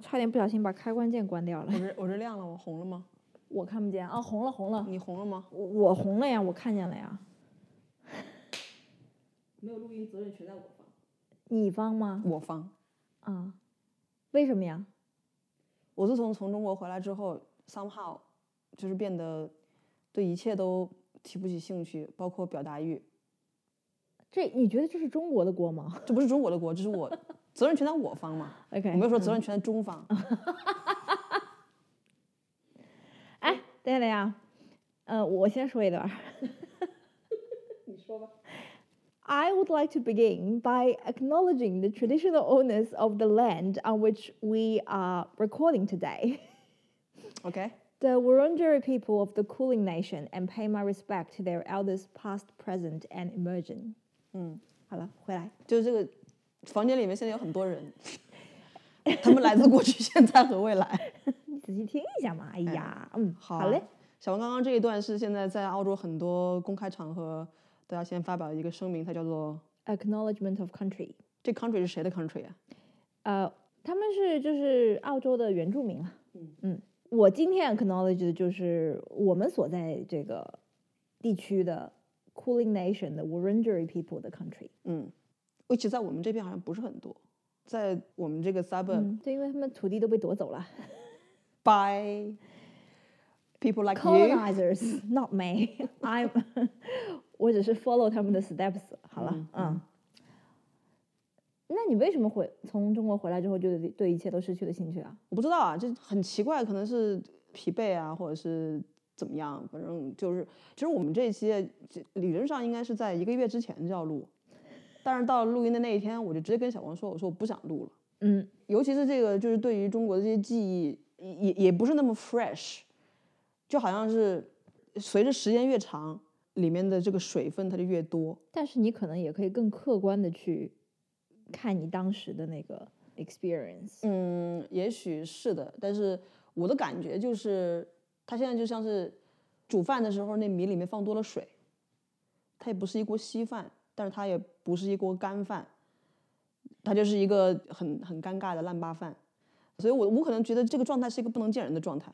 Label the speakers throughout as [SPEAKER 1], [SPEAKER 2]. [SPEAKER 1] 差点不小心把开关键关掉了
[SPEAKER 2] 我。这我这亮了，我红了吗？
[SPEAKER 1] 我看不
[SPEAKER 3] 哦
[SPEAKER 1] 见啊，红了红了，
[SPEAKER 2] 你红了吗？
[SPEAKER 1] 我我红了呀，我看见了呀。
[SPEAKER 3] 没有录音责任全在我方。
[SPEAKER 1] 你方吗？
[SPEAKER 2] 我方。
[SPEAKER 1] 啊，为什么呀？
[SPEAKER 2] 我自从从中国回来之后，somehow 就是变得对一切都提不起兴趣，包括表达欲。
[SPEAKER 1] 这你觉得这是中国的锅吗
[SPEAKER 2] 这不是中国的锅，这是我责任全在我方嘛。
[SPEAKER 1] ？OK，
[SPEAKER 2] 我没有说
[SPEAKER 1] 嗯
[SPEAKER 2] 责任全在中 方。
[SPEAKER 1] 哎，对了呀，呃，我先说一段儿。
[SPEAKER 3] 你说吧。
[SPEAKER 1] I would like to begin by acknowledging the traditional owners of the land on which we are recording today.
[SPEAKER 2] OK，
[SPEAKER 1] The Wurundjeri people of the Kulin Nation and pay my respect to their elders past, present, and emerging.
[SPEAKER 2] 嗯，
[SPEAKER 1] 好了，回来。
[SPEAKER 2] 就是这个房间里面现在有很多人，他们来自过去、 现在和未来。
[SPEAKER 1] 你仔细听一下嘛。哎
[SPEAKER 2] 哎
[SPEAKER 1] 呀，嗯，
[SPEAKER 2] 好
[SPEAKER 1] 嘞。。
[SPEAKER 2] 小王刚刚这一段是现在在澳洲很多公开场合都要先发表一个声明，它叫做
[SPEAKER 1] Acknowledgement of country，
[SPEAKER 2] 这 country 是谁的 country 啊？
[SPEAKER 1] 呃，他们是就是澳洲的原住民啊。
[SPEAKER 2] 嗯
[SPEAKER 1] 我今天 acknowledge 的就是我们所在这个地区的 Kulin Nation 的 Wurundjeri people 的 country。
[SPEAKER 2] 嗯，which 在我们这边好像不是很多，在我们这个 suburb、
[SPEAKER 1] 嗯，对，因为他们土地都被夺走了
[SPEAKER 2] by people like you，
[SPEAKER 1] ，colonizers，not me，I'm，我只是 follow 他们的 steps。好了，
[SPEAKER 2] 嗯
[SPEAKER 1] 嗯。那你为什么回从中国回来之后就对一切都失去了兴趣啊？
[SPEAKER 2] 我不知道啊，这很奇怪，可能是疲惫啊，或者是怎么样，反正就是，其实我们这一期这理论上应该是在一个月之前就要录，但是到了录音的那一天，我就直接跟小王说，我说我不想录了。
[SPEAKER 1] 嗯，
[SPEAKER 2] 尤其是这个，就是对于中国的这些记忆，也也也不是那么 fresh，就好像是随着时间越长，里面的这个水分它就越多。
[SPEAKER 1] 但是你可能也可以更客观的去看你当时的那个 experience。
[SPEAKER 2] 嗯，也许是的，但是我的感觉就是，它现在就像是煮饭的时候那米里面放多了水，它也不是一锅稀饭，但是它也不是一锅干饭，它就是一个很很尴尬的烂巴饭，所以我我可能觉得这个状态是一个不能见人的状态，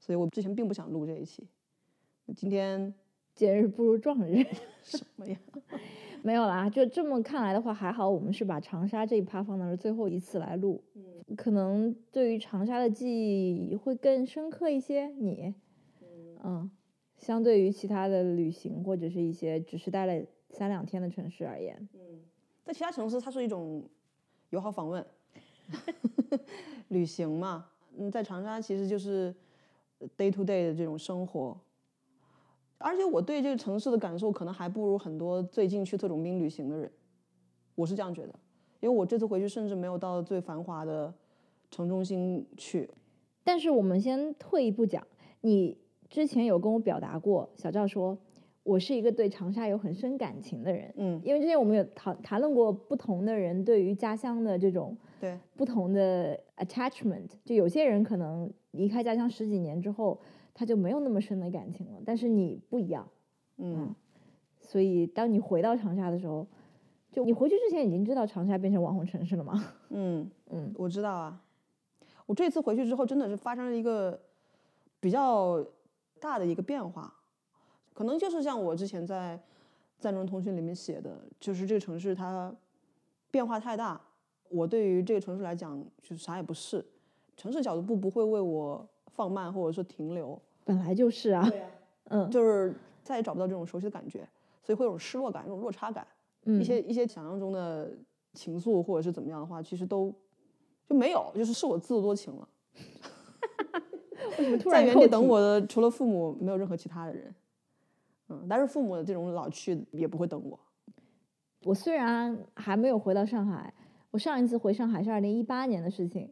[SPEAKER 2] 所以我之前并不想录这一期，今天
[SPEAKER 1] 节日不如撞日，
[SPEAKER 2] 什么呀？
[SPEAKER 1] 没有啦。就这么看来的话，还好我们是把长沙这一趴放到了最后一次来录，嗯、可能对于长沙的记忆会更深刻一些。你，嗯，相对于其他的旅行或者是一些只是待了三两天的城市而言，
[SPEAKER 2] 在其他城市，它是一种友好访问、 旅行嘛。嗯，在长沙其实就是 day to day 的这种生活，而且我对这个城市的感受可能还不如很多最近去特种兵旅行的人，我是这样觉得。因为我这次回去甚至没有到最繁华的城中心去，
[SPEAKER 1] 但是我们先退一步讲，你之前有跟我表达过，小赵说我是一个对长沙有很深感情的人，
[SPEAKER 2] 嗯，
[SPEAKER 1] 因为之前我们有谈谈论过不同的人对于家乡的这种
[SPEAKER 2] 对，
[SPEAKER 1] 不同的 attachment，就有些人可能离开家乡十几年之后，他就没有那么深的感情了，但是你不一样，
[SPEAKER 2] 嗯，
[SPEAKER 1] 所以当你回到长沙的时候，就你回去之前已经知道长沙变成网红城市了吗？
[SPEAKER 2] 嗯，
[SPEAKER 1] 嗯
[SPEAKER 2] 我知道啊。我这次回去之后，真的是发生了一个比较大的一个变化，可能就是像我之前在赞中通讯里面写的，就是这个城市它变化太大，我对于这个城市来讲就是啥也不是，城市脚步不会为我放慢或者说停留，
[SPEAKER 1] 本来就是啊，
[SPEAKER 3] 呀、
[SPEAKER 1] 嗯
[SPEAKER 2] 就是再也找不到这种熟悉的感觉，所以会有种失落感，这种落差感。
[SPEAKER 1] 嗯
[SPEAKER 2] 一，些一些想象中的情愫或者是怎么样的话，其实都就没有，就是是我自作多情了，
[SPEAKER 1] 为什么突
[SPEAKER 2] 在
[SPEAKER 1] 然
[SPEAKER 2] 原
[SPEAKER 1] 扣
[SPEAKER 2] 地
[SPEAKER 1] 题
[SPEAKER 2] 等我的除了父母没有任何其他的人，嗯，但是父母这种老去也不会等我，
[SPEAKER 1] 我虽然还没有回到上海，我上一次回上海是二零一八年的事情，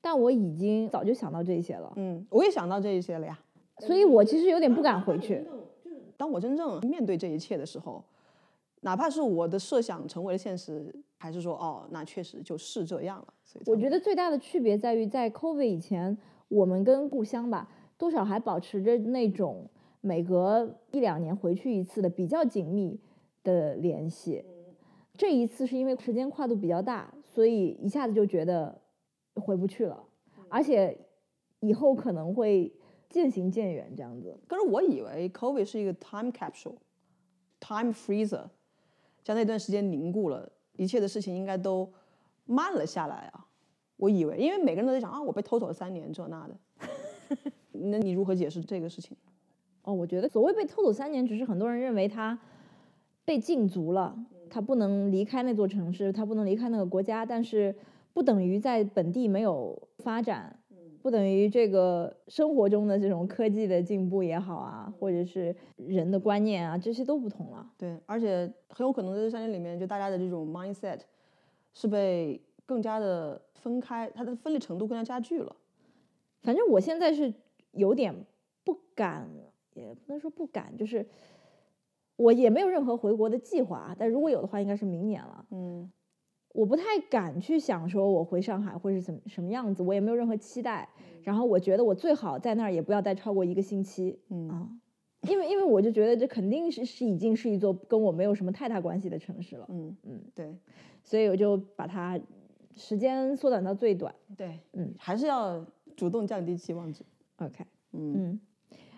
[SPEAKER 1] 但我已经早就想到这些了，
[SPEAKER 2] 嗯，我也想到这一些了呀。
[SPEAKER 1] 所以我其实有点不敢回去。
[SPEAKER 2] 当我真正面对这一切的时候，哪怕是我的设想成为了现实，还是说哦，那确实就是这样了。所以才
[SPEAKER 1] 我
[SPEAKER 2] 会
[SPEAKER 1] 觉得最大的区别在于，在 COVID 以前，我们跟故乡吧，多少还保持着那种每隔一两年回去一次的比较紧密的联系。这一次是因为时间跨度比较大，所以一下子就觉得回不去了，而且以后可能会渐行渐远这样子。
[SPEAKER 2] 可是我以为 COVID 是一个 time capsule，time freezer，将那段时间凝固了，一切的事情应该都慢了下来啊。我以为，因为每个人都在想啊，我被偷走了三年这那的，那你如何解释这个事情？
[SPEAKER 1] 哦，我觉得所谓被偷走三年，只是很多人认为他被禁足了，他不能离开那座城市，他不能离开那个国家，但是不等于在本地没有发展，不等于这个生活中的这种科技的进步也好啊，或者是人的观念啊，这些都不同了。
[SPEAKER 2] 对，而且很有可能在这三年里面，就大家的这种 mindset 是被更加的分开，它的分裂程度更加加剧了。
[SPEAKER 1] 反正我现在是有点不敢，也不能说不敢，就是我也没有任何回国的计划啊。但如果有的话，应该是明年了。
[SPEAKER 2] 嗯
[SPEAKER 1] 我不太敢去想说我回上海会是怎么什么样子，我也没有任何期待。然后我觉得我最好在那儿也不要待超过一个星期
[SPEAKER 2] 嗯，
[SPEAKER 1] 啊，因为因为我就觉得这肯定是是已经是一座跟我没有什么太大关系的城市了，
[SPEAKER 2] 嗯
[SPEAKER 1] 嗯，
[SPEAKER 2] 对
[SPEAKER 1] 所以我就把它时间缩短到最短。
[SPEAKER 2] 对，
[SPEAKER 1] 嗯，
[SPEAKER 2] 还是要主动降低期望值。
[SPEAKER 1] OK，
[SPEAKER 2] 嗯
[SPEAKER 1] 嗯，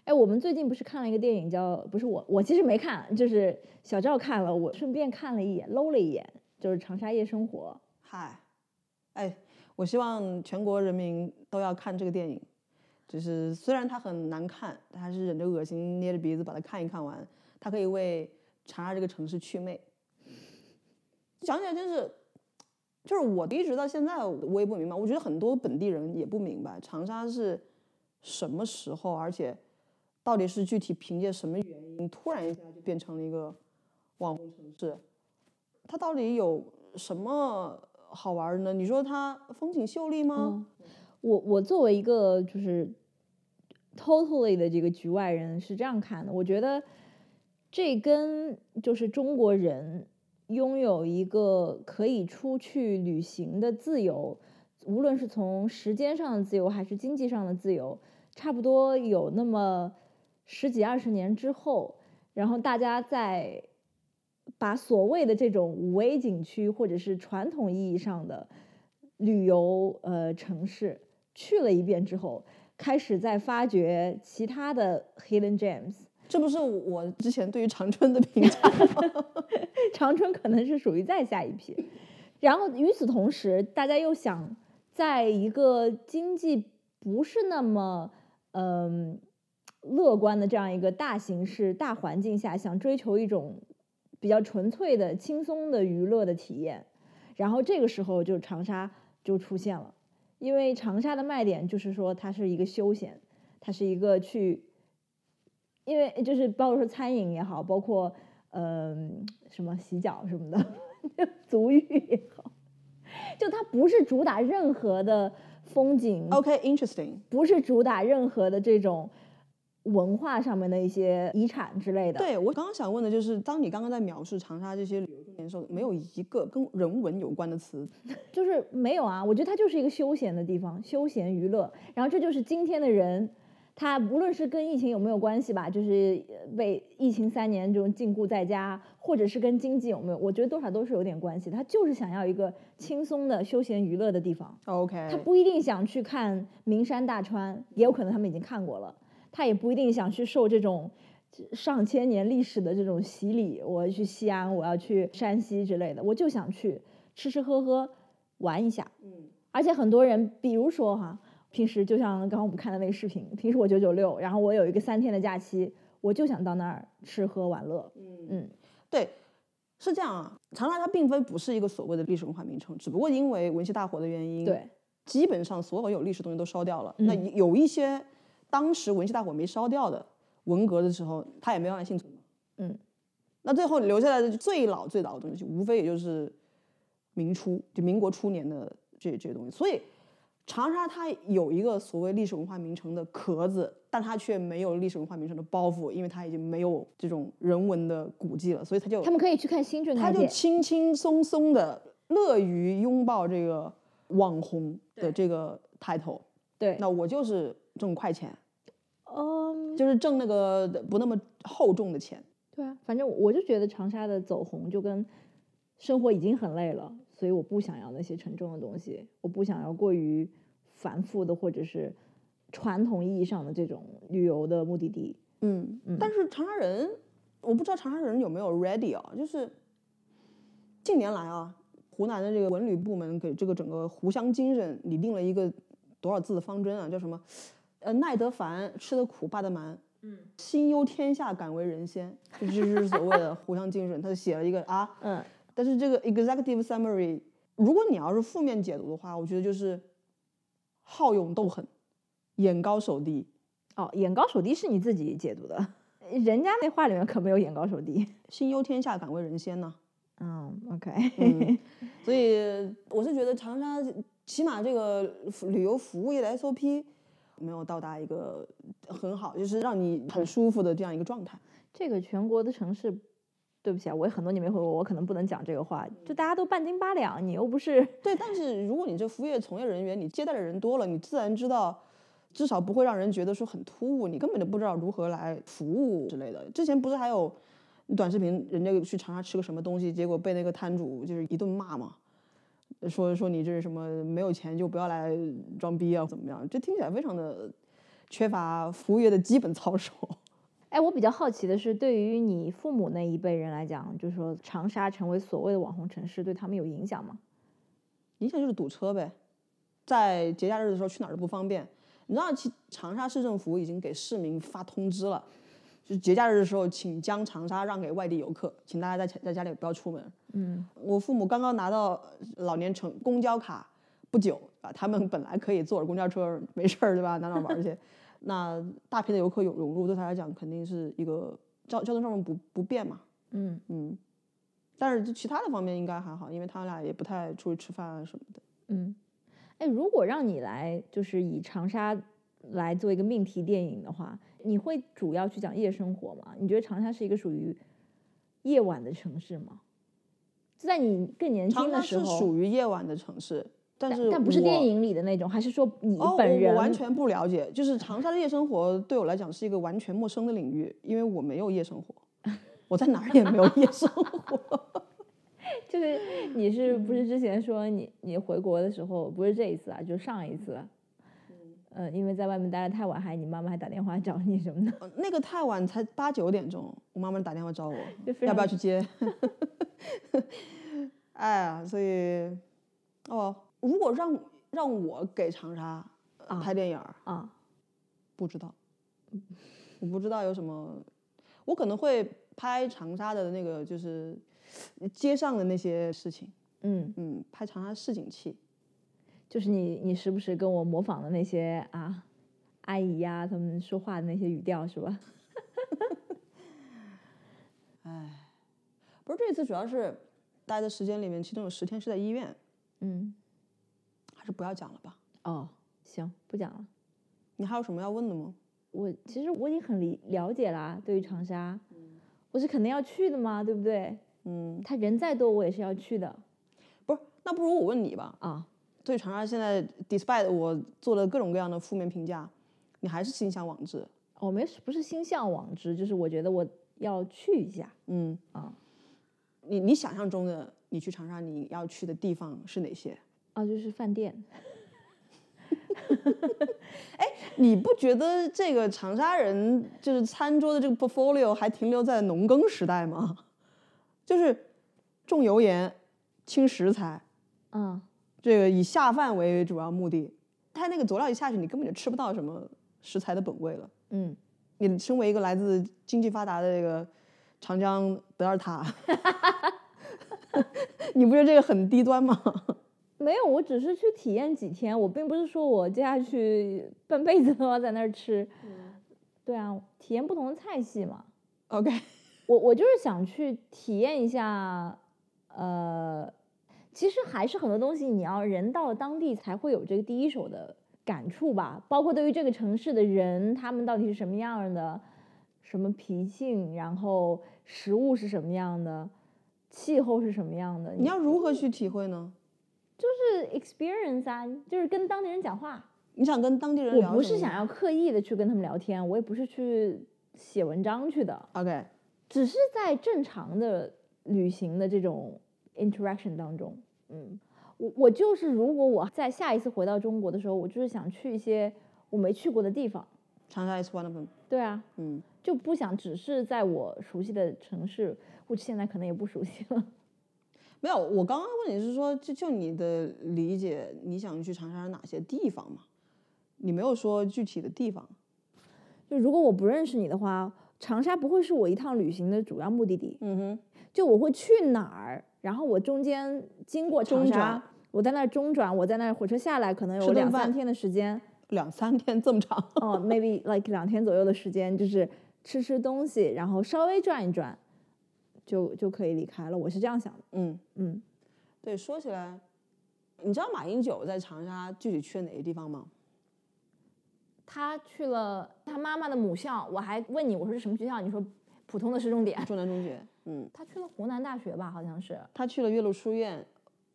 [SPEAKER 1] 哎，我们最近不是看了一个电影叫，不是我，我其实没看，就是小赵看了，我顺便看了一眼，搂了一眼，就是《长沙夜生活》。
[SPEAKER 2] 嗨，哎，我希望全国人民都要看这个电影。就是虽然它很难看，但还是忍着恶心，捏着鼻子把它看一看完。它可以为长沙这个城市祛魅。想起来真是，就是我一直到现在我也不明白，我觉得很多本地人也不明白长沙是什么时候，而且到底是具体凭借什么原因突然一下就变成了一个网红城市。它到底有什么好玩儿的呢？你说它风景秀丽
[SPEAKER 1] 嗯
[SPEAKER 2] 吗？
[SPEAKER 1] 我我作为一个就是 totally 的这个局外人是这样看的，我觉得这跟就是中国人拥有一个可以出去旅行的自由，无论是从时间上的自由还是经济上的自由，差不多有那么十几二十年之后，然后大家在。把所谓的这种五 A 景区，或者是传统意义上的旅游呃城市去了一遍之后，开始在发掘其他的 hidden gems。
[SPEAKER 2] 这不是我之前对于长春的评价吗？
[SPEAKER 1] 长春可能是属于再下一批。然后与此同时，大家又想在一个经济不是那么嗯、乐观的这样一个大形势、大环境下，想追求一种比较纯粹的、轻松的娱乐的体验。然后这个时候就长沙就出现了，因为长沙的卖点就是说它是一个休闲，它是一个去因为就是包括说餐饮也好，包括嗯、什么洗脚什么的， 足浴也好，就它不是主打任何的风景
[SPEAKER 2] 哦 OK，interesting、
[SPEAKER 1] 不是主打任何的这种文化上面的一些遗产之类的。，
[SPEAKER 2] 对我刚刚想问的就是，当你刚刚在描述长沙这些旅游重点的时候，没有一个跟人文有关的词。
[SPEAKER 1] 就是没有啊，我觉得它就是一个休闲的地方，休闲娱乐。然后这就是今天的人。他无论是跟疫情有没有关系吧，就是呃被疫情三年这种禁锢在家，或者是跟经济有没有，我觉得多少都是有点关系。他就是想要一个轻松的休闲娱乐的地方，他
[SPEAKER 2] OK，
[SPEAKER 1] 不一定想去看名山大川，也有可能他们已经看过了。他也不一定想去受这种上千年历史的这种洗礼。我去西安，我要去山西之类的，我就想去吃吃喝喝玩一下。
[SPEAKER 3] 嗯，
[SPEAKER 1] 而且很多人，比如说哈，平时就像刚刚我们看的那个视频，平时我九九六，然后我有一个三天的假期，我就想到那儿吃喝玩乐。
[SPEAKER 3] 嗯
[SPEAKER 1] 嗯，
[SPEAKER 2] 对，是这样啊。长沙它并非不是一个所谓的历史文化名城，只不过因为文戏大火的原因，，
[SPEAKER 1] 对，
[SPEAKER 2] 基本上所有有历史的东西都烧掉了。那
[SPEAKER 1] 嗯
[SPEAKER 2] 有一些当时文戏大火没烧掉的文革的时候，它也没有按幸存嘛。
[SPEAKER 1] 嗯，
[SPEAKER 2] 那最后留下来的最老最老的东西，无非也就是明初，就民国初年的这这些东西。所以长沙它有一个所谓历史文化名城的壳子，但它却没有历史文化名城的包袱，因为它已经没有这种人文的古迹了，所以它就
[SPEAKER 1] 他们可以去看新镇
[SPEAKER 2] 他
[SPEAKER 1] 太
[SPEAKER 2] 就
[SPEAKER 1] 建。
[SPEAKER 2] 轻轻松松的乐于拥抱这个网红的
[SPEAKER 3] 对
[SPEAKER 2] 这个 title。
[SPEAKER 1] 对，
[SPEAKER 2] 那我就是挣快钱，
[SPEAKER 1] 嗯，
[SPEAKER 2] 就是挣那个不那么厚重的钱。
[SPEAKER 1] 对啊，反正我就觉得长沙的走红就跟生活已经很累了，所以我不想要那些沉重的东西，我不想要过于繁复的或者是传统意义上的这种旅游的目的地。
[SPEAKER 2] 嗯，但是长沙人，我不知道长沙人有没有 ready 啊，就是近年来啊，湖南的这个文旅部门给这个整个湖湘精神拟定了一个多少字的方针啊，叫什么？呃，耐得烦，吃得苦，霸得蛮。
[SPEAKER 3] 嗯，
[SPEAKER 2] 心忧天下，敢为人先，这这就是所谓的湖湘精神。他写了一个啊，
[SPEAKER 1] 嗯，
[SPEAKER 2] 但是这个 executive summary，如果你要是负面解读的话，我觉得就是好勇斗狠，眼高手低。
[SPEAKER 1] 哦，眼高手低是你自己解读的，人家那话里面可没有眼高手低。
[SPEAKER 2] 心忧天下，敢为人先呐、
[SPEAKER 1] 嗯，OK，
[SPEAKER 2] 嗯所以我是觉得长沙起码这个服旅游服务业的 SOP 没有到达一个很好，就是让你很舒服的这样一个状态。
[SPEAKER 1] 这个全国的城市，对不起啊，我也很多年没回国，我可能不能讲这个话，就大家都半斤八两，你又不是
[SPEAKER 2] 对，但是如果你这服务业从业人员，你接待的人多了，你自然知道，至少不会让人觉得说很突兀，你根本就不知道如何来服务之类的。之前不是还有短视频，人家去长沙吃个什么东西，结果被那个摊主就是一顿骂嘛，说说你这是什么没有钱就不要来装逼啊，怎么样？这听起来非常的缺乏服务业的基本操守。
[SPEAKER 1] 哎，我比较好奇的是，对于你父母那一辈人来讲，就是说长沙成为所谓的网红城市，对他们有影响吗？
[SPEAKER 2] 影响就是堵车呗，在节假日的时候去哪儿都不方便。你知道，其长沙市政府已经给市民发通知了，就是节假日的时候，请将长沙让给外地游客，请大家在家在家里不要出门。
[SPEAKER 1] 嗯，
[SPEAKER 2] 我父母刚刚拿到老年乘公交卡不久啊，他们本来可以坐着公交车没事儿对吧，哪哪玩儿去。那大批的游客涌涌入，对他来讲肯定是一个交交通上面不不便嘛。
[SPEAKER 1] 嗯，
[SPEAKER 2] 嗯，但是就其他的方面应该还好，因为他俩也不太出去吃饭啊什么的。
[SPEAKER 1] 嗯，哎，如果让你来，就是以长沙来做一个命题电影的话，你会主要去讲夜生活吗？你觉得长沙是一个属于夜晚的城市吗？就在你更年
[SPEAKER 2] 长
[SPEAKER 1] 轻
[SPEAKER 2] 沙
[SPEAKER 1] 的时
[SPEAKER 2] 哦是
[SPEAKER 1] 候，
[SPEAKER 2] 属于夜晚的城市，但是
[SPEAKER 1] 但但不是电
[SPEAKER 2] 我。
[SPEAKER 1] 影里的那种，还是说你
[SPEAKER 2] 哦，
[SPEAKER 1] 本
[SPEAKER 2] 我
[SPEAKER 1] 人
[SPEAKER 2] 我完全不了解，就是长沙的夜生活对我来讲是一个完全陌生的领域，因为我没有夜生活， 我在哪儿也没有夜生活。
[SPEAKER 1] 就是你是不是之前说你你回国的时候，不是这一次啊，就上一次，
[SPEAKER 2] 嗯
[SPEAKER 1] 呃，因为在外面待得太晚，还你妈妈还打电话找你什么的，
[SPEAKER 2] 那个太晚，才八九点钟，我妈妈打电话找我，
[SPEAKER 1] 就非
[SPEAKER 2] 要不要
[SPEAKER 1] 常
[SPEAKER 2] 去接？ 哎呀，所以，哦，如果让让我给长沙、呃
[SPEAKER 1] 啊
[SPEAKER 2] 拍电影儿，
[SPEAKER 1] 啊，
[SPEAKER 2] 不知道， 我不知道有什么，我可能会拍长沙的那个就是街上的那些事情，
[SPEAKER 1] 嗯，
[SPEAKER 2] 嗯，拍长沙市井气。
[SPEAKER 1] 就是你你时不时跟我模仿的那些啊阿姨呀、她们说话的那些语调是吧？
[SPEAKER 2] 不是这次主要是待的时间里面，其中有十天是在医院，
[SPEAKER 1] 嗯，
[SPEAKER 2] 还是不要讲了吧？
[SPEAKER 1] 哦，行，不讲了。
[SPEAKER 2] 你还有什么要问的吗？
[SPEAKER 1] 我其实我已经很理了解啦，对于长沙，我是肯定要去的嘛，对不对？
[SPEAKER 2] 嗯，
[SPEAKER 1] 他人再多，我也是要去的
[SPEAKER 2] 不是，那不如我问你吧。
[SPEAKER 1] 啊。
[SPEAKER 2] 对长沙现在，despite 我做了各种各样的负面评价，你还是心向往之。
[SPEAKER 1] 我没不是心向往之，就是我觉得我要去一下
[SPEAKER 2] 嗯，
[SPEAKER 1] 啊
[SPEAKER 2] 你你想象中的你去长沙你要去的地方是哪些？
[SPEAKER 1] 啊，就是饭店。
[SPEAKER 2] 你不觉得这个长沙人就是餐桌的这个 portfolio 还停留在农耕时代吗？就是重油盐、轻食材，
[SPEAKER 1] 嗯，
[SPEAKER 2] 这个以下饭为主要目的。它那个佐料一下去，你根本就吃不到什么食材的本味了。
[SPEAKER 1] 嗯，
[SPEAKER 2] 你身为一个来自经济发达的这个长江德 尔塔，你不觉得这个很低端吗？
[SPEAKER 1] 没有，我只是去体验几天，我并不是说我接下去 半辈子都要在那儿吃。对啊，体验不同的菜系嘛。
[SPEAKER 2] ？OK，
[SPEAKER 1] 我我就是想去体验一下，呃，其实还是很多东西你要人到了当地才会有这个第一手的感触吧，包括对于这个城市的人，他们到底是什么样儿的，什么脾性，然后食物是什么样的，气候是什么样的，
[SPEAKER 2] 你要如何去体会呢？
[SPEAKER 1] 就是 experience 啊，就是跟当地人讲话。
[SPEAKER 2] 你想跟当地人
[SPEAKER 1] 我
[SPEAKER 2] 聊
[SPEAKER 1] 不
[SPEAKER 2] 什
[SPEAKER 1] 是
[SPEAKER 2] 么
[SPEAKER 1] 想要刻意的去跟他们聊天，我也不是去写文章去的，
[SPEAKER 2] OK，
[SPEAKER 1] 只是在正常的旅行的这种 interaction 当中。嗯，我我就是如果我在下一次回到中国的时候，我就是想去一些我没去过的地方。
[SPEAKER 2] 长沙 is one of them。
[SPEAKER 1] 对啊，
[SPEAKER 2] 嗯，
[SPEAKER 1] 就不想只是在我熟悉的城市，我现在可能也不熟悉了。
[SPEAKER 2] 没有，我刚刚问你是说，就就你的理解，你想去长沙哪些地方嘛？你没有说具体的地方。
[SPEAKER 1] 就如果我不认识你的话，长沙不会是我一趟旅行的主要目的地。
[SPEAKER 2] 嗯哼，
[SPEAKER 1] 就我会去哪儿，然后我中间经过长
[SPEAKER 2] 中
[SPEAKER 1] 沙
[SPEAKER 2] 转，
[SPEAKER 1] 我在那儿中转，我在那儿火车下来，可能
[SPEAKER 2] 吃
[SPEAKER 1] 有
[SPEAKER 2] 顿
[SPEAKER 1] 两
[SPEAKER 2] 饭
[SPEAKER 1] 三天的时间，
[SPEAKER 2] 两三天这么长。
[SPEAKER 1] 哦、m a y b e like 两天左右的时间，就是吃吃东西，然后稍微转一转，就就可以离开了。我是这样想的，
[SPEAKER 2] 嗯，
[SPEAKER 1] 嗯，
[SPEAKER 2] 对，说起来，你知道马英九在长沙具体去了哪些地方吗？
[SPEAKER 1] 他去了他妈妈的母校，我还问你，我说是什么学校？你说普通的市重点。
[SPEAKER 2] 中南中学。嗯，
[SPEAKER 1] 他去了湖南大学吧，好像是。
[SPEAKER 2] 他去了岳麓书院，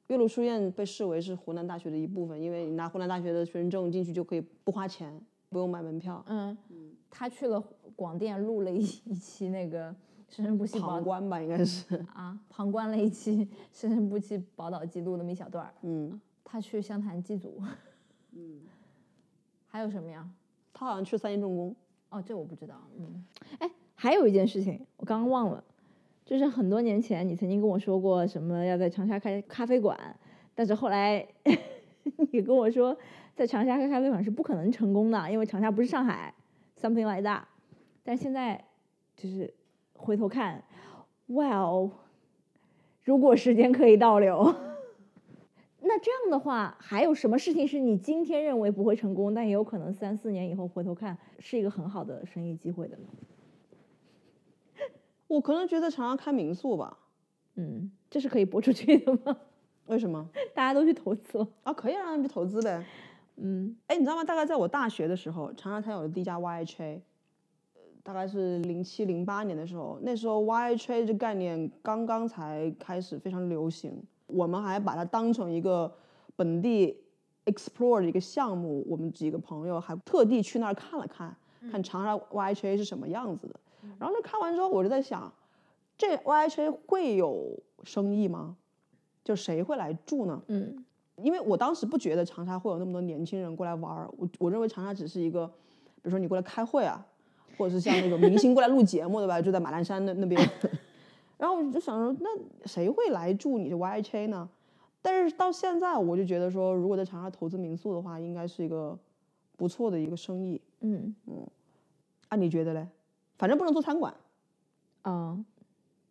[SPEAKER 2] 岳麓书院被视为是湖南大学的一部分，因为你拿湖南大学的学生证进去就可以不花钱，不用买门票。
[SPEAKER 1] 嗯，他去了广电录了一一期那个生生不息宝
[SPEAKER 2] 旁观吧，应该 是。
[SPEAKER 1] 啊，旁观了一期生生不息宝岛记录那么一小段儿。
[SPEAKER 2] 嗯，
[SPEAKER 1] 他去湘潭祭祖，
[SPEAKER 3] 嗯，
[SPEAKER 1] 还有什么呀？
[SPEAKER 2] 他好像去三一重工。
[SPEAKER 1] 哦，这我不知道。嗯，哎，还有一件事情，我刚刚忘了，就是很多年前你曾经跟我说过什么要在长沙开咖啡馆，但是后来 你跟我说在长沙开咖啡馆是不可能成功的，因为长沙不是上海，something like that。但是现在就是回头看，哇哦，如果时间可以倒流。 那这样的话，还有什么事情是你今天认为不会成功，但也有可能三四年以后回头看是一个很好的生意机会的呢？
[SPEAKER 2] 我可能觉得长沙开民宿吧？
[SPEAKER 1] 嗯，这是可以播出去的吗？
[SPEAKER 2] 为什么？
[SPEAKER 1] 大家都去投资了。
[SPEAKER 2] 啊，可以让他们去投资呗。
[SPEAKER 1] 嗯
[SPEAKER 2] 哎，你知道吗？大概在我大学的时候，长沙才有了第一家 YHA，呃大概是零七零八年的时候，那时候 YHA 这概念刚刚才开始非常流行，我们还把它当成一个本地 explore 的一个项目，我们几个朋友还特地去那儿看了看，看长沙 YHA 是什么样子的。然后那看完之后，我就在想，这 YHA 会有生意吗？就谁会来住呢？
[SPEAKER 1] 嗯
[SPEAKER 2] 因为我当时不觉得长沙会有那么多年轻人过来玩儿，我我认为长沙只是一个，比如说你过来开会啊，或者是像那种明星过来录节目对吧？就在马栏山那那边，然后我就想说，那谁会来住你这 YHA 呢？但是到现在，我就觉得说，如果在长沙投资民宿的话，应该是一个不错的一个生意
[SPEAKER 1] 嗯
[SPEAKER 2] 啊，你觉得嘞？反正不能做餐馆，
[SPEAKER 1] 啊，
[SPEAKER 2] 嗯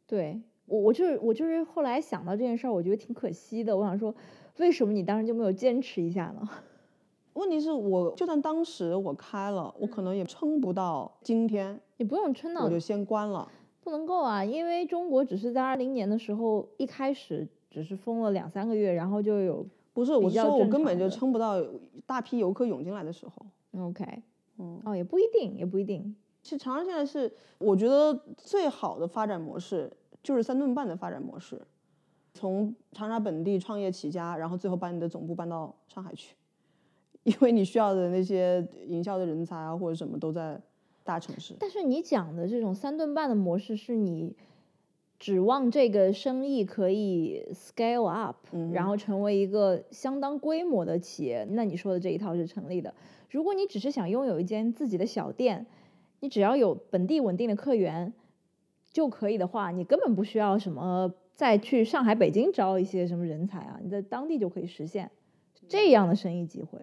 [SPEAKER 1] 对我我就是我就是后来想到这件事儿，我觉得挺可惜的。我想说，为什么你当时就没有坚持一下呢？
[SPEAKER 2] 问题是我就算当时我开了，我可能也撑不到今天，
[SPEAKER 1] 你不用撑到
[SPEAKER 2] 我就先关了。
[SPEAKER 1] 不能够啊，因为中国只是在二零年的时候一开始只是封了两三个月，然后就有
[SPEAKER 2] 不是，我
[SPEAKER 1] 比
[SPEAKER 2] 是
[SPEAKER 1] 较
[SPEAKER 2] 说我
[SPEAKER 1] 正
[SPEAKER 2] 根本
[SPEAKER 1] 常
[SPEAKER 2] 就
[SPEAKER 1] 的
[SPEAKER 2] 撑不到大批游客涌进来的时候。
[SPEAKER 1] OK
[SPEAKER 2] 嗯，
[SPEAKER 1] 哦，也不一定，也不一定。
[SPEAKER 2] 其实长沙现在是我觉得最好的发展模式就是三顿半的发展模式，从长沙本地创业起家，然后最后把你的总部搬到上海去，因为你需要的那些营销的人才啊或者什么都在大城市。
[SPEAKER 1] 但是你讲的这种三顿半的模式，是你指望这个生意可以 scale up，、
[SPEAKER 2] 嗯
[SPEAKER 1] 然
[SPEAKER 2] 哼
[SPEAKER 1] 后成为一个相当规模的企业。那你说的这一套是成立的。如果你只是想拥有一间自己的小店，你只要有本地稳定的客源就可以的话，你根本不需要什么再去上海、北京招一些什么人才啊，你在当地就可以实现这样的生意机会。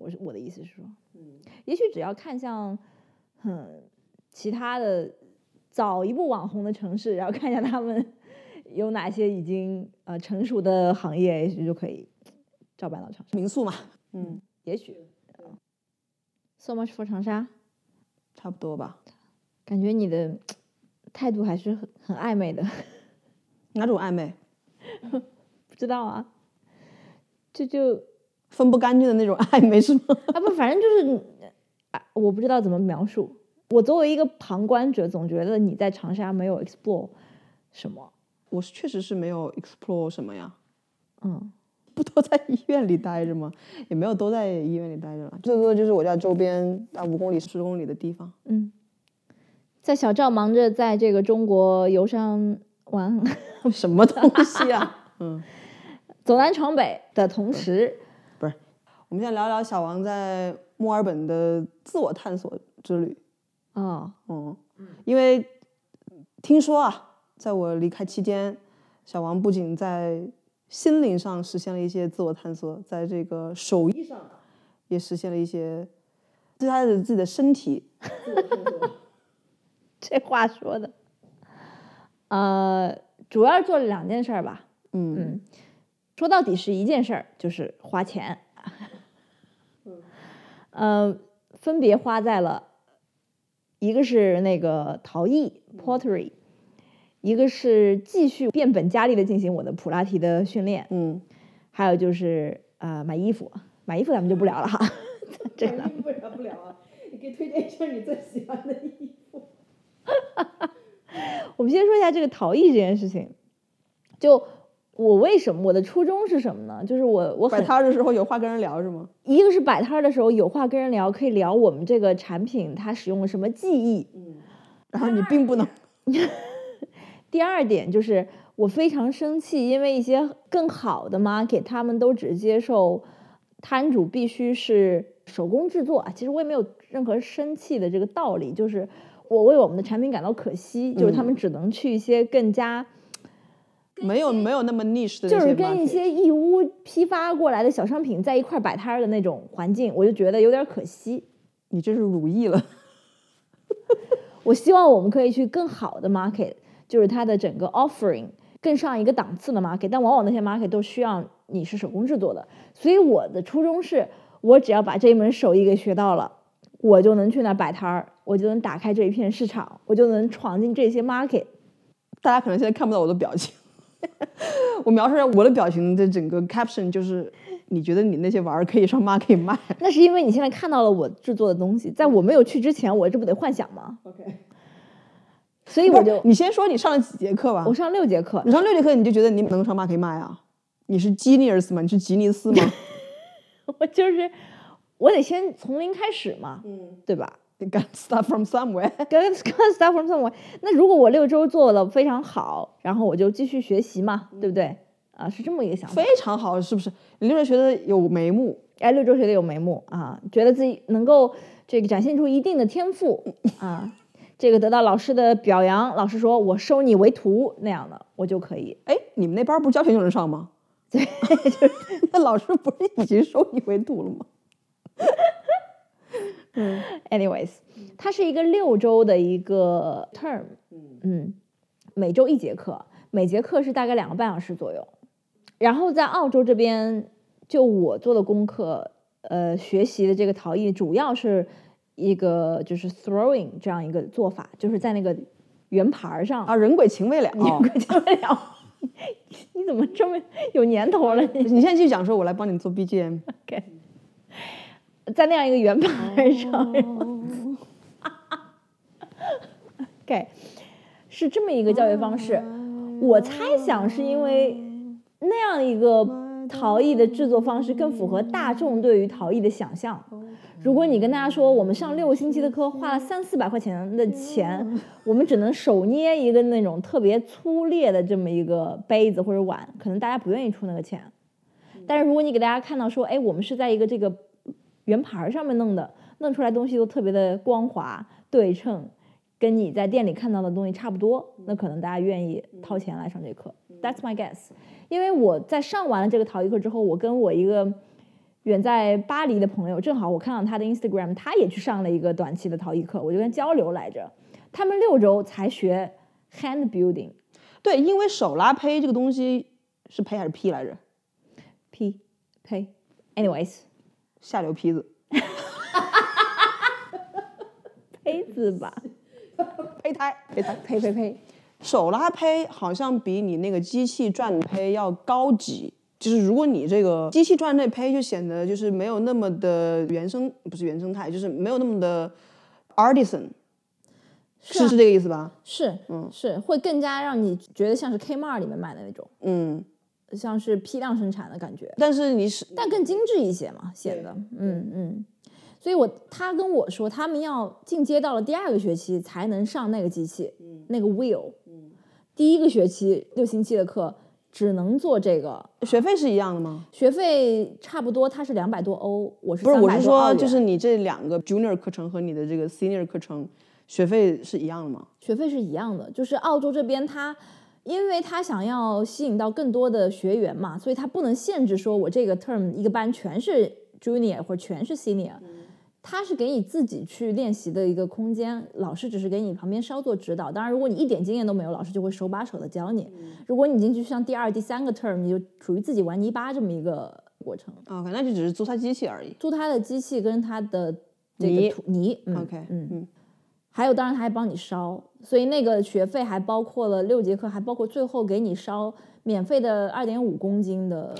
[SPEAKER 1] 我是我的意思是说。
[SPEAKER 3] 嗯
[SPEAKER 1] 也许只要看向，嗯，其他的早一步网红的城市，然后看一下他们有哪些已经呃成熟的行业，也许就可以照搬到长沙。
[SPEAKER 2] 民宿嘛，嗯，
[SPEAKER 1] 也许，so much for 长沙，
[SPEAKER 2] 差不多吧。
[SPEAKER 1] 感觉你的态度还是很很暧昧的，
[SPEAKER 2] 哪种暧昧？
[SPEAKER 1] 不知道啊，这就
[SPEAKER 2] 分不干净的那种暧昧是吗？
[SPEAKER 1] 啊不，反正就是，啊，我不知道怎么描述。我作为一个旁观者，总觉得你在长沙没有 explore 什么，
[SPEAKER 2] 我是确实是没有 explore 什么呀。
[SPEAKER 1] 嗯。
[SPEAKER 2] 不都在医院里待着吗？ 也没有都在医院里待着了，最多就是我家周边啊五公里、十公里的地方。
[SPEAKER 1] 嗯，在小赵忙着在这个中国游山玩，
[SPEAKER 2] 什么东西啊？ 嗯，
[SPEAKER 1] 走南闯北的同时，
[SPEAKER 2] 我们先聊聊小王在墨尔本的自我探索之旅。
[SPEAKER 1] 哦，
[SPEAKER 2] 嗯，因为听说啊，在我离开期间，小王不仅在心灵上实现了一些自我探索，在这个手艺上也实现了一些，对他的自己的身体，
[SPEAKER 3] 自我探索
[SPEAKER 1] 这话说的，呃，主要做了两件事儿吧。
[SPEAKER 2] 嗯
[SPEAKER 1] 嗯，说到底是一件事儿，就是花钱。
[SPEAKER 3] 嗯
[SPEAKER 1] 呃，分别花在了，一个是那个陶艺 （pottery），、一个是继续变本加厉的进行我的普拉提的训练，
[SPEAKER 2] 嗯，
[SPEAKER 1] 还有就是呃买衣服，买衣服咱们就不聊了哈， 这个
[SPEAKER 3] 反正为啥 不聊啊？你可以推荐一下你最喜欢的衣服。
[SPEAKER 1] 我们先说一下这个陶艺这件事情。就我为什么我的初衷是什么呢？就是我我
[SPEAKER 2] 摆
[SPEAKER 1] 很
[SPEAKER 2] 摊儿的时候有话跟人聊是吗？
[SPEAKER 1] 一个是摆摊儿的时候有话跟人聊，可以聊我们这个产品它使用了什么技艺。
[SPEAKER 3] 嗯，
[SPEAKER 2] 然后你并不能，
[SPEAKER 1] 第二点就是我非常生气，因为一些更好的 market 他们都只接受摊主必须是手工制作啊。其实我也没有任何生气的这个道理，就是我为我们的产品感到可惜，就是他
[SPEAKER 2] 嗯
[SPEAKER 1] 们只能去一些更加。
[SPEAKER 2] 没有没有那么 niche 的
[SPEAKER 1] 就
[SPEAKER 2] 那
[SPEAKER 1] 是
[SPEAKER 2] 些
[SPEAKER 1] 跟一
[SPEAKER 2] market
[SPEAKER 1] 些义乌批发过来的小商品在一块儿摆摊儿的那种环境，我就觉得有点儿可惜。
[SPEAKER 2] 你这是乳意了，
[SPEAKER 1] 我希望我们可以去更好的 market，就是它的整个 offering 更上一个档次的 market，但往往那些 market 都需要你是手工制作的。所以我的初衷是，我只要把这一门手艺给学到了，我就能去那儿摆摊儿，我就能打开这一片市场，我就能闯进这些 market。
[SPEAKER 2] 大家可能现在看不到我的表情。 我描述一下我的表情的整个 caption 就是，你觉得你那些玩意儿可以上妈可以卖，啊
[SPEAKER 1] 那是因为你现在看到了我制作的东西，在我没有去之前，我这不得幻想吗？
[SPEAKER 3] OK，
[SPEAKER 1] 所以
[SPEAKER 2] 不
[SPEAKER 1] 我
[SPEAKER 2] 是
[SPEAKER 1] 就
[SPEAKER 2] 你先说你上了几节课吧
[SPEAKER 1] 我。上六节课，
[SPEAKER 2] 你上六节课你就觉得你能上马可以卖啊？你是吉尼尔斯吗？你是吉尼斯吗？
[SPEAKER 1] 我就是我得先从零开始嘛，
[SPEAKER 3] 嗯，
[SPEAKER 1] 对吧？
[SPEAKER 2] 你 got start from somewhere。
[SPEAKER 1] 跟 start from somewhere。那如果我六周做的非常好，然后我就继续学习嘛，对不对？啊，是这么一个想法
[SPEAKER 2] 非。常好，是不是？你六学的有眉目，
[SPEAKER 1] 哎，六周学的有眉目啊，觉得自己能够这个展现出一定的天赋啊，这个得到老师的表扬，老师说我收你为徒那样的，我就可以。
[SPEAKER 2] 哎，你们那班儿不是教学就能上吗？对， 那老师不是已经收你为徒了吗？ 嗯
[SPEAKER 1] Anyways，它是一个六周的一个 term，
[SPEAKER 3] 嗯
[SPEAKER 1] 嗯，每周一节课，每节课是大概两个半小时左右。然后在澳洲这边，就我做的功课，呃，学习的这个陶艺主要是一个就是 throwing 这样一个做法，就是在那个圆盘儿上
[SPEAKER 2] 啊，，人鬼情未了。
[SPEAKER 1] 你不了。 你怎么这么有年头了？你
[SPEAKER 2] 你现在继续讲说，我来帮你做 BGM。
[SPEAKER 1] 在那样一个圆盘儿上，OK，是这么一个教育方式。我猜想是因为那样一个陶艺的制作方式更符合大众对于陶艺的想象。如果你跟大家说我们上六个星期的课花了三四百块钱的钱，我们只能手捏一个那种特别粗劣的这么一个杯子或者碗，可能大家不愿意出那个钱。但是如果你给大家看到说，哎，我们是在一个这个圆盘儿上面弄的，弄出来东西都特别的光滑对称，跟你在店里看到的东西差不多，那可能大家愿意掏钱来上这课。That's my guess。因为我在上完了这个陶艺课之后，我跟我一个远在巴黎的朋友，正好我看到他的 Instagram，他也去上了一个短期的陶艺课，我就跟他交流来着。他们六周才学 hand building
[SPEAKER 2] 对，因为手拉胚这个东西是胚还是坯来着？
[SPEAKER 1] p p anyways
[SPEAKER 2] 下流坯子，
[SPEAKER 1] 胚子吧，
[SPEAKER 2] 胚胎，胚胎。
[SPEAKER 1] 呸呸呸，
[SPEAKER 2] 手拉胚好像比你那个机器转胚要高级。就是如果你这个机器转那胚，就显得就是没有那么的原生，不是原生态，就是没有那么的 artisan，是啊是这个意思吧？
[SPEAKER 1] 是
[SPEAKER 2] 嗯
[SPEAKER 1] 是会更加让你觉得像是 Kmart 里面买的那种，
[SPEAKER 2] 嗯，
[SPEAKER 1] 像是批量生产的感觉。
[SPEAKER 2] 但是你是
[SPEAKER 1] 但更精致一些嘛，显得，嗯嗯。所以我他跟我说，他们要进阶到了第二个学期才能上那个机器，
[SPEAKER 3] 嗯
[SPEAKER 1] 那个 wheel。
[SPEAKER 3] 嗯
[SPEAKER 1] 第一个学期六星期的课，只能做这个，
[SPEAKER 2] 学费是一样的吗？
[SPEAKER 1] 学费差不多，它是两百多欧，我是
[SPEAKER 2] 不是，我是
[SPEAKER 1] 300多澳
[SPEAKER 2] 说，
[SPEAKER 1] 元
[SPEAKER 2] 就是你这两个 junior 课程和你的这个 senior 课程学费是一样的吗？
[SPEAKER 1] 学费是一样的，就是澳洲这边它，因为它想要吸引到更多的学员嘛，所以它不能限制说我这个 term 一个班全是 junior 或者全是 senior，它是给你自己去练习的一个空间，老师只是给你旁边稍作指导。当然，如果你一点经验都没有，老师就会手把手的教你。如果你已经去上第二、第三个 term，你就属于自己玩泥巴这么一个过程。
[SPEAKER 2] 啊，那就只是租他机器而已。
[SPEAKER 1] 租他的机器跟他的这
[SPEAKER 2] 泥
[SPEAKER 1] 个土泥，嗯
[SPEAKER 2] OK，
[SPEAKER 1] 嗯
[SPEAKER 2] 嗯
[SPEAKER 1] 还有，当然他还帮你烧，所以那个学费还包括了六节课，还包括最后给你烧免费的二点五公斤的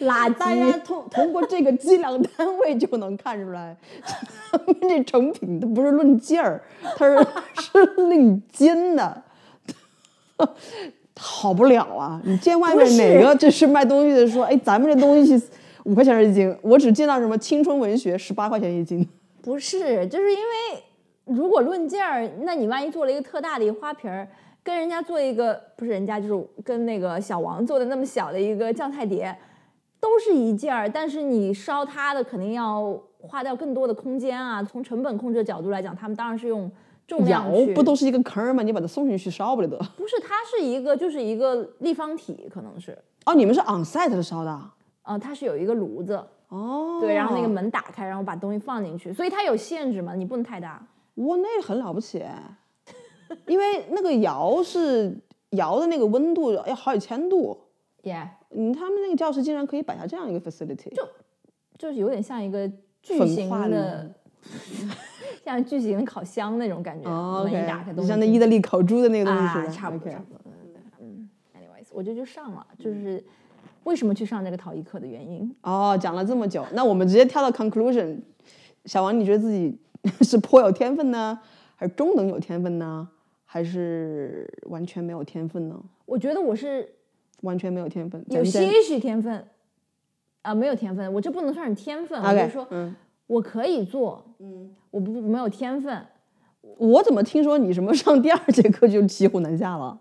[SPEAKER 1] 垃
[SPEAKER 2] 大家
[SPEAKER 1] 圾。
[SPEAKER 2] 通通过这个计量单位就能看出来， 他们这成品它不是论件儿，它是 是论斤的，好不了啊！你见外面哪个这是卖东西的说，哎，咱们这东西五块钱一斤，我只见到什么青春文学十八块钱一斤，
[SPEAKER 1] 不是，就是因为如果论件儿，那你万一做了一个特大的一个花瓶儿，跟人家做一个不是人家就是跟那个小王做的那么小的一个酱菜碟，都是一件儿，但是你烧它的肯定要花掉更多的空间啊。从成本控制的角度来讲，他们当然是用重
[SPEAKER 2] 窑
[SPEAKER 1] 量去
[SPEAKER 2] 不都是一个坑儿吗？你把它送进去烧不就得？了？
[SPEAKER 1] 不是，它是一个就是一个立方体，可能是，
[SPEAKER 2] 哦，你们是 on site 的烧的啊？
[SPEAKER 1] 嗯、它是有一个炉子，
[SPEAKER 2] 哦，
[SPEAKER 1] 对，然后那个门打开，然后把东西放进去，所以它有限制嘛，你不能太大。
[SPEAKER 2] 哇，那很了不起 哎，因为那个窑是窑的那个温度要好几千度，
[SPEAKER 1] 耶、
[SPEAKER 2] 嗯，他们那个教室竟然可以摆下这样一个 facility，就
[SPEAKER 1] 就是有点像一个巨
[SPEAKER 2] 焚
[SPEAKER 1] 型
[SPEAKER 2] 化
[SPEAKER 1] 的，像巨型的烤箱那种感觉，
[SPEAKER 2] 哦
[SPEAKER 1] 门一
[SPEAKER 2] ，OK，
[SPEAKER 1] 打开
[SPEAKER 2] 就
[SPEAKER 1] 东
[SPEAKER 2] 像那
[SPEAKER 1] 西
[SPEAKER 2] 意大利烤猪的那个东西似
[SPEAKER 1] 啊，
[SPEAKER 2] 的，
[SPEAKER 1] 差不多
[SPEAKER 2] OK
[SPEAKER 1] 差不多。嗯，anyways，我就就上了，就是为什么去上这个陶艺课的原因。
[SPEAKER 2] 哦，讲了这么久，那我们直接跳到 conclusion。小王，你觉得自己是颇有天分呢，还是中等有天分呢，还是完全没有天分呢？
[SPEAKER 1] 我觉得我是
[SPEAKER 2] 完全没有天分，咱
[SPEAKER 1] 有
[SPEAKER 2] 们先
[SPEAKER 1] 些许天分，啊、没有天分，我这不能算是天分，我就
[SPEAKER 2] OK，
[SPEAKER 1] 是说
[SPEAKER 2] 嗯，
[SPEAKER 1] 我可以做，嗯，我不没有天分，
[SPEAKER 2] 我怎么听说你什么上第二节课就骑虎难下了？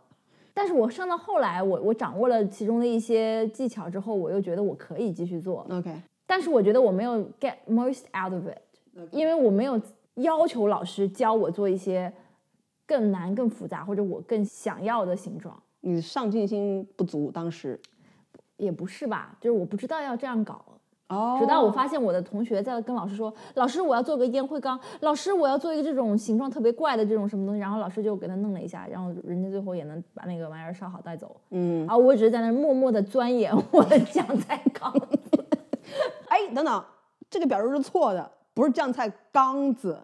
[SPEAKER 1] 但是我上到后来，我我掌握了其中的一些技巧之后，我又觉得我可以继续做，
[SPEAKER 2] OK，
[SPEAKER 1] 但是我觉得我没有 get most out of it，因为我没有要求老师教我做一些更难、更复杂或者我更想要的形状，
[SPEAKER 2] 你上进心不足，当时
[SPEAKER 1] 也不是吧，就是我不知道要这样搞，
[SPEAKER 2] 哦
[SPEAKER 1] 直到我发现我的同学在跟老师说：“老师，我要做个烟灰缸，老师，我要做一个这种形状特别怪的这种什么东西。”然后老师就给他弄了一下，然后人家最后也能把那个玩意儿烧好带走。
[SPEAKER 2] 嗯，
[SPEAKER 1] 而我只是在那儿默默的钻研我的酱菜缸。
[SPEAKER 2] 哎，等等，这个表述是错的，不是酱菜缸子，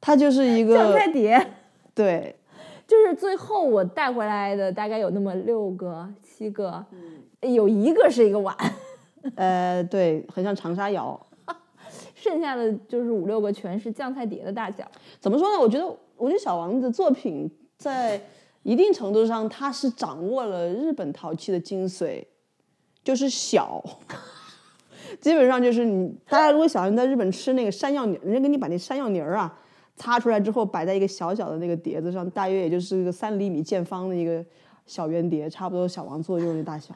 [SPEAKER 2] 它就是一
[SPEAKER 1] 酱
[SPEAKER 2] 个
[SPEAKER 1] 菜碟，
[SPEAKER 2] 对，
[SPEAKER 1] 就是最后我带回来的大概有那么六个、七个，有一个是一个碗，
[SPEAKER 2] 呃，对，很像长沙窑。
[SPEAKER 1] 剩下的就是五六个全是酱菜碟的大小。
[SPEAKER 2] 怎么说呢？我觉得，我觉得小王子作品在一定程度上，他是掌握了日本陶器的精髓，就是小。 基本上就是你，大家如果想要在日本吃那个山药泥儿，人家给你把那山药泥儿啊擦出来之后，摆在一个小小的那个碟子上，大约也就是个三厘米见方的一个小圆碟，差不多小王做的就是那大小。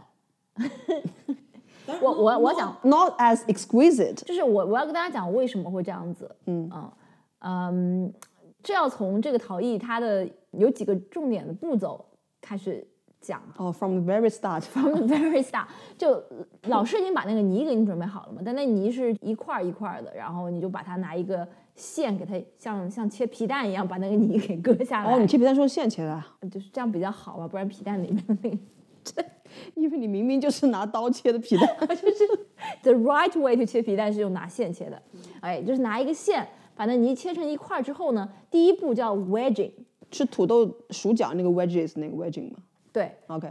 [SPEAKER 1] 我我我想
[SPEAKER 2] Not as exquisite，
[SPEAKER 1] 就是我我要跟大家讲为什么会这样子，
[SPEAKER 2] 嗯
[SPEAKER 1] 嗯嗯，这要从这个陶艺它的有几个重点的步骤开始讲。
[SPEAKER 2] 哦、f r o m the very start，
[SPEAKER 1] From the very start，就老师已经把那个泥给你准备好了嘛，但那泥是一块儿一块儿的，然后你就把它拿一个线给它像像切皮蛋一样把那个泥给割下来，
[SPEAKER 2] 哦，你切皮蛋是用线切的啊，
[SPEAKER 1] 就是这样比较好嘛，不然皮蛋里面的那个
[SPEAKER 2] 因为你明明就是拿刀切的皮蛋。
[SPEAKER 1] 就是 the right way to 切皮蛋是用拿线切的，哎，就是拿一个线把那泥切成一块儿之后呢，第一步叫 wedging。
[SPEAKER 2] 是土豆薯角那个 wedges 那个 wedging 吗
[SPEAKER 1] 对，
[SPEAKER 2] ？OK，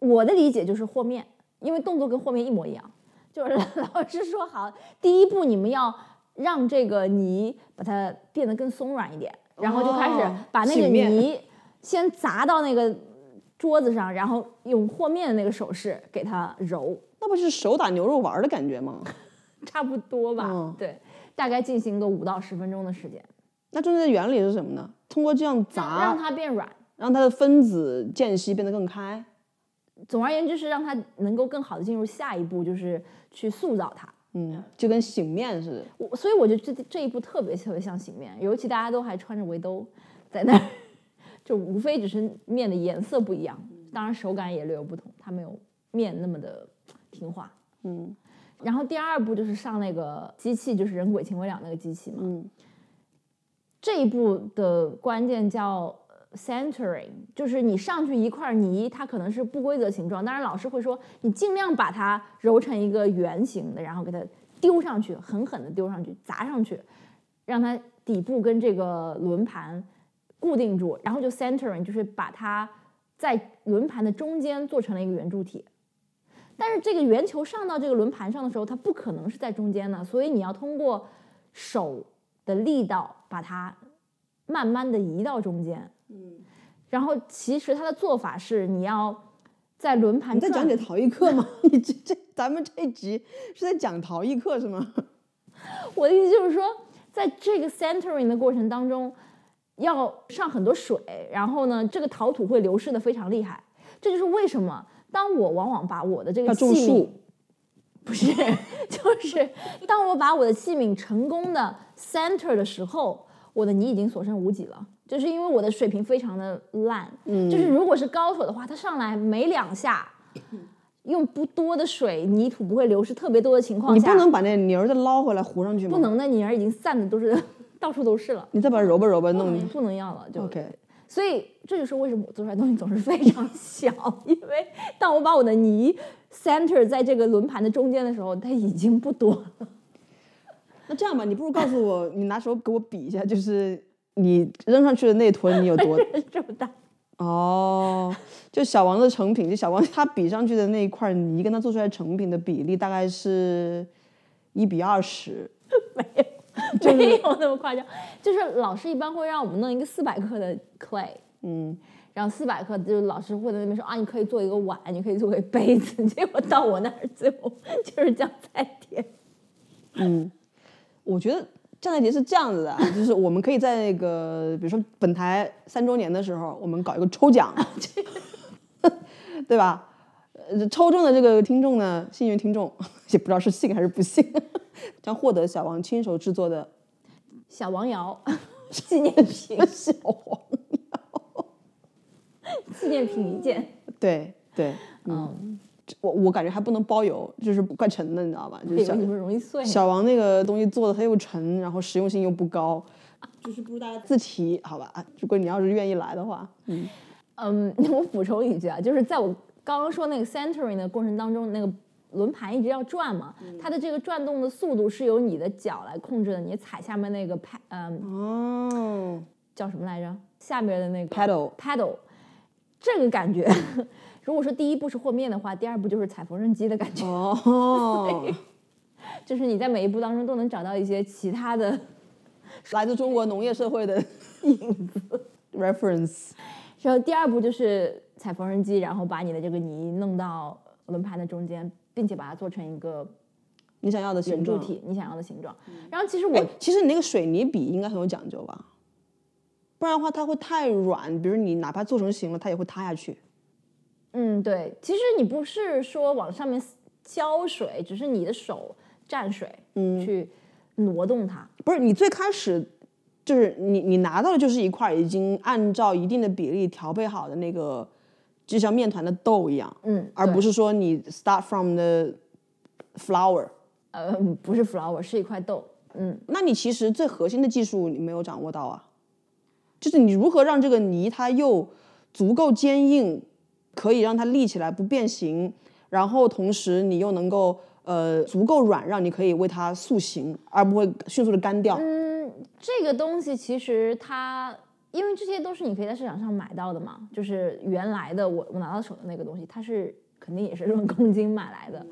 [SPEAKER 1] 我的理解就是和面，因为动作跟和面一模一样，就是 老师说好，第一步你们要让这个泥把它变得更松软一点，然后就开始
[SPEAKER 2] 哦
[SPEAKER 1] 把那
[SPEAKER 2] 醒
[SPEAKER 1] 个
[SPEAKER 2] 面
[SPEAKER 1] 泥先砸到那个桌子上，然后用和面的那个手势给它揉，
[SPEAKER 2] 那不是手打牛肉丸儿的感觉吗？
[SPEAKER 1] 差不多吧？
[SPEAKER 2] 嗯
[SPEAKER 1] 对，大概进行个五到十分钟的时间，
[SPEAKER 2] 那中间的原理是什么呢？通过这样
[SPEAKER 1] 让让
[SPEAKER 2] 砸，
[SPEAKER 1] 它变软。
[SPEAKER 2] 让它的分子间隙变得更开。嗯
[SPEAKER 1] 总而言之是让它能够更好的进入下一步，就是去塑造它。
[SPEAKER 2] 嗯，就跟醒面似的。
[SPEAKER 1] 我所以我觉得这这一部特别特别像醒面，尤其大家都还穿着围兜在那儿，就无非只是面的颜色不一样，当然手感也略有不同，它没有面那么的听话。
[SPEAKER 2] 嗯
[SPEAKER 1] 然后第二部就是上那个机器，就是人鬼情未了那个机器嘛。
[SPEAKER 2] 嗯
[SPEAKER 1] 这一步的关键叫呃 centering，就是你上去一块泥，它可能是不规则形状，当然老师会说你尽量把它揉成一个圆形的，然后给它丢上去，狠狠的丢上去，砸上去，让它底部跟这个轮盘固定住，然后就 centering，就是把它在轮盘的中间做成了一个圆柱体。但是这个圆球上到这个轮盘上的时候，它不可能是在中间的，所以你要通过手的力道把它慢慢的移到中间。
[SPEAKER 3] 嗯，
[SPEAKER 1] 然后其实它的做法是，你要在轮盘
[SPEAKER 2] 你在
[SPEAKER 1] 转
[SPEAKER 2] 讲解陶艺课吗？ 你这这咱们这一集是在讲陶艺课是吗？
[SPEAKER 1] 我的意思就是说，在这个 centering 的过程当中，要上很多水，然后呢，这个陶土会流失的非常厉害。这就是为什么当我往往把我的这个
[SPEAKER 2] 要
[SPEAKER 1] 器
[SPEAKER 2] 种
[SPEAKER 1] 皿
[SPEAKER 2] 树，
[SPEAKER 1] 不是， 就是当我把我的器皿成功的 center 的时候，我的泥已经所剩无几了。就是因为我的水平非常的烂，
[SPEAKER 2] 嗯
[SPEAKER 1] 就是如果是高手的话，他上来没两下，
[SPEAKER 2] 嗯
[SPEAKER 1] 用不多的水，泥土不会流失特别多的情况
[SPEAKER 2] 你
[SPEAKER 1] 下，
[SPEAKER 2] 不能把那泥儿再捞回来糊上去吗？
[SPEAKER 1] 不，能的泥儿已经散的都是 到处都是了，
[SPEAKER 2] 你再把它揉吧揉吧
[SPEAKER 1] 不
[SPEAKER 2] 弄
[SPEAKER 1] 能。不能要了就。
[SPEAKER 2] OK，
[SPEAKER 1] 所以这就是为什么我做出来的东西总是非常 小，因为当我把我的泥 center 在这个轮盘的中间的时候，它已经不多了。
[SPEAKER 2] 那这样吧，你不如告诉我，你拿手给我比一下，就是你扔上去的那坨你有多
[SPEAKER 1] 这么大，
[SPEAKER 2] 哦，就小王的成品，就小王他比上去的那一块泥跟他做出来成品的比例大概是一比二十。
[SPEAKER 1] 没有那么夸张。就是老师一般会让我们弄一个四百克的 clay，
[SPEAKER 2] 嗯，
[SPEAKER 1] 然后四百克就是老师会在那边说啊，你可以做一个碗，你可以做一个杯子。 结果到我那儿最后就是酱菜碟。
[SPEAKER 2] 我觉得站台节是这样子的啊，就是我们可以在那个，比如说本台三周年的时候，我们搞一个抽奖， 对吧？呃，抽中的这个听众呢，幸运听众 也不知道是幸还是不幸，将获得小王亲手制作的
[SPEAKER 1] 小王瑶 纪念品，
[SPEAKER 2] 小王。
[SPEAKER 1] 纪念品一件。
[SPEAKER 2] 对对，
[SPEAKER 1] 嗯，
[SPEAKER 2] 这我我感觉还不能包邮，就是怪沉的，你知道吧？就
[SPEAKER 1] 有为
[SPEAKER 2] 是小
[SPEAKER 1] 什么容易碎？
[SPEAKER 2] 小王那个东西做的它又沉，然后实用性又不高，
[SPEAKER 3] 就是不知道大家
[SPEAKER 2] 自提好吧？啊如果你要是愿意来的话，嗯，
[SPEAKER 1] 嗯， 我补充一句啊，就是在我刚刚说那个 centering 的过程当中，那个轮盘一直要转嘛，
[SPEAKER 2] 嗯
[SPEAKER 1] 它的这个转动的速度是由你的脚来控制的，你踩下面那个 pad，嗯，
[SPEAKER 2] 哦，
[SPEAKER 1] 叫什么来着？下面的那个
[SPEAKER 2] Paddle
[SPEAKER 1] paddle，这个感觉， 如果说第一步是和面的话，第二步就是踩缝纫机的感觉，
[SPEAKER 2] 哦，
[SPEAKER 1] 就是你在每一步当中都能找到一些其他的。
[SPEAKER 2] 来自中国农业社会 的影子 reference，
[SPEAKER 1] 然后第二步就是踩缝纫机，然后把你的这个泥弄到轮盘的中间，并且把它做成一个
[SPEAKER 2] 你想要的形
[SPEAKER 1] 圆柱
[SPEAKER 2] 状。
[SPEAKER 1] 体，你想要的形状。然后其实我
[SPEAKER 2] 哎，其实你那个水泥比应该很有讲究吧？不然的话，它会太软。比如你哪怕做成型了，它也会塌下去。
[SPEAKER 1] 嗯，对，其实你不是说往上面浇水，只是你的手蘸水，
[SPEAKER 2] 嗯
[SPEAKER 1] 去挪动它。
[SPEAKER 2] 不是你最开始就是你你拿到的就是一块已经按照一定的比例调配好的那个，就像面团的dough 一样，
[SPEAKER 1] 嗯，
[SPEAKER 2] 而不
[SPEAKER 1] 对
[SPEAKER 2] 是说你 start from the flour。
[SPEAKER 1] 呃，不是 flower，是一块豆。嗯，
[SPEAKER 2] 那你其实最核心的技术你没有掌握到啊，就是你如何让这个泥它又足够坚硬，可以让它立起来不变形，然后同时你又能够呃足够软，让你可以为它塑形，而不会迅速的干掉。
[SPEAKER 1] 嗯，这个东西其实它，因为这些都是你可以在市场上买到的嘛，就是原来的我我拿到手的那个东西，它是肯定也是论公斤买来的。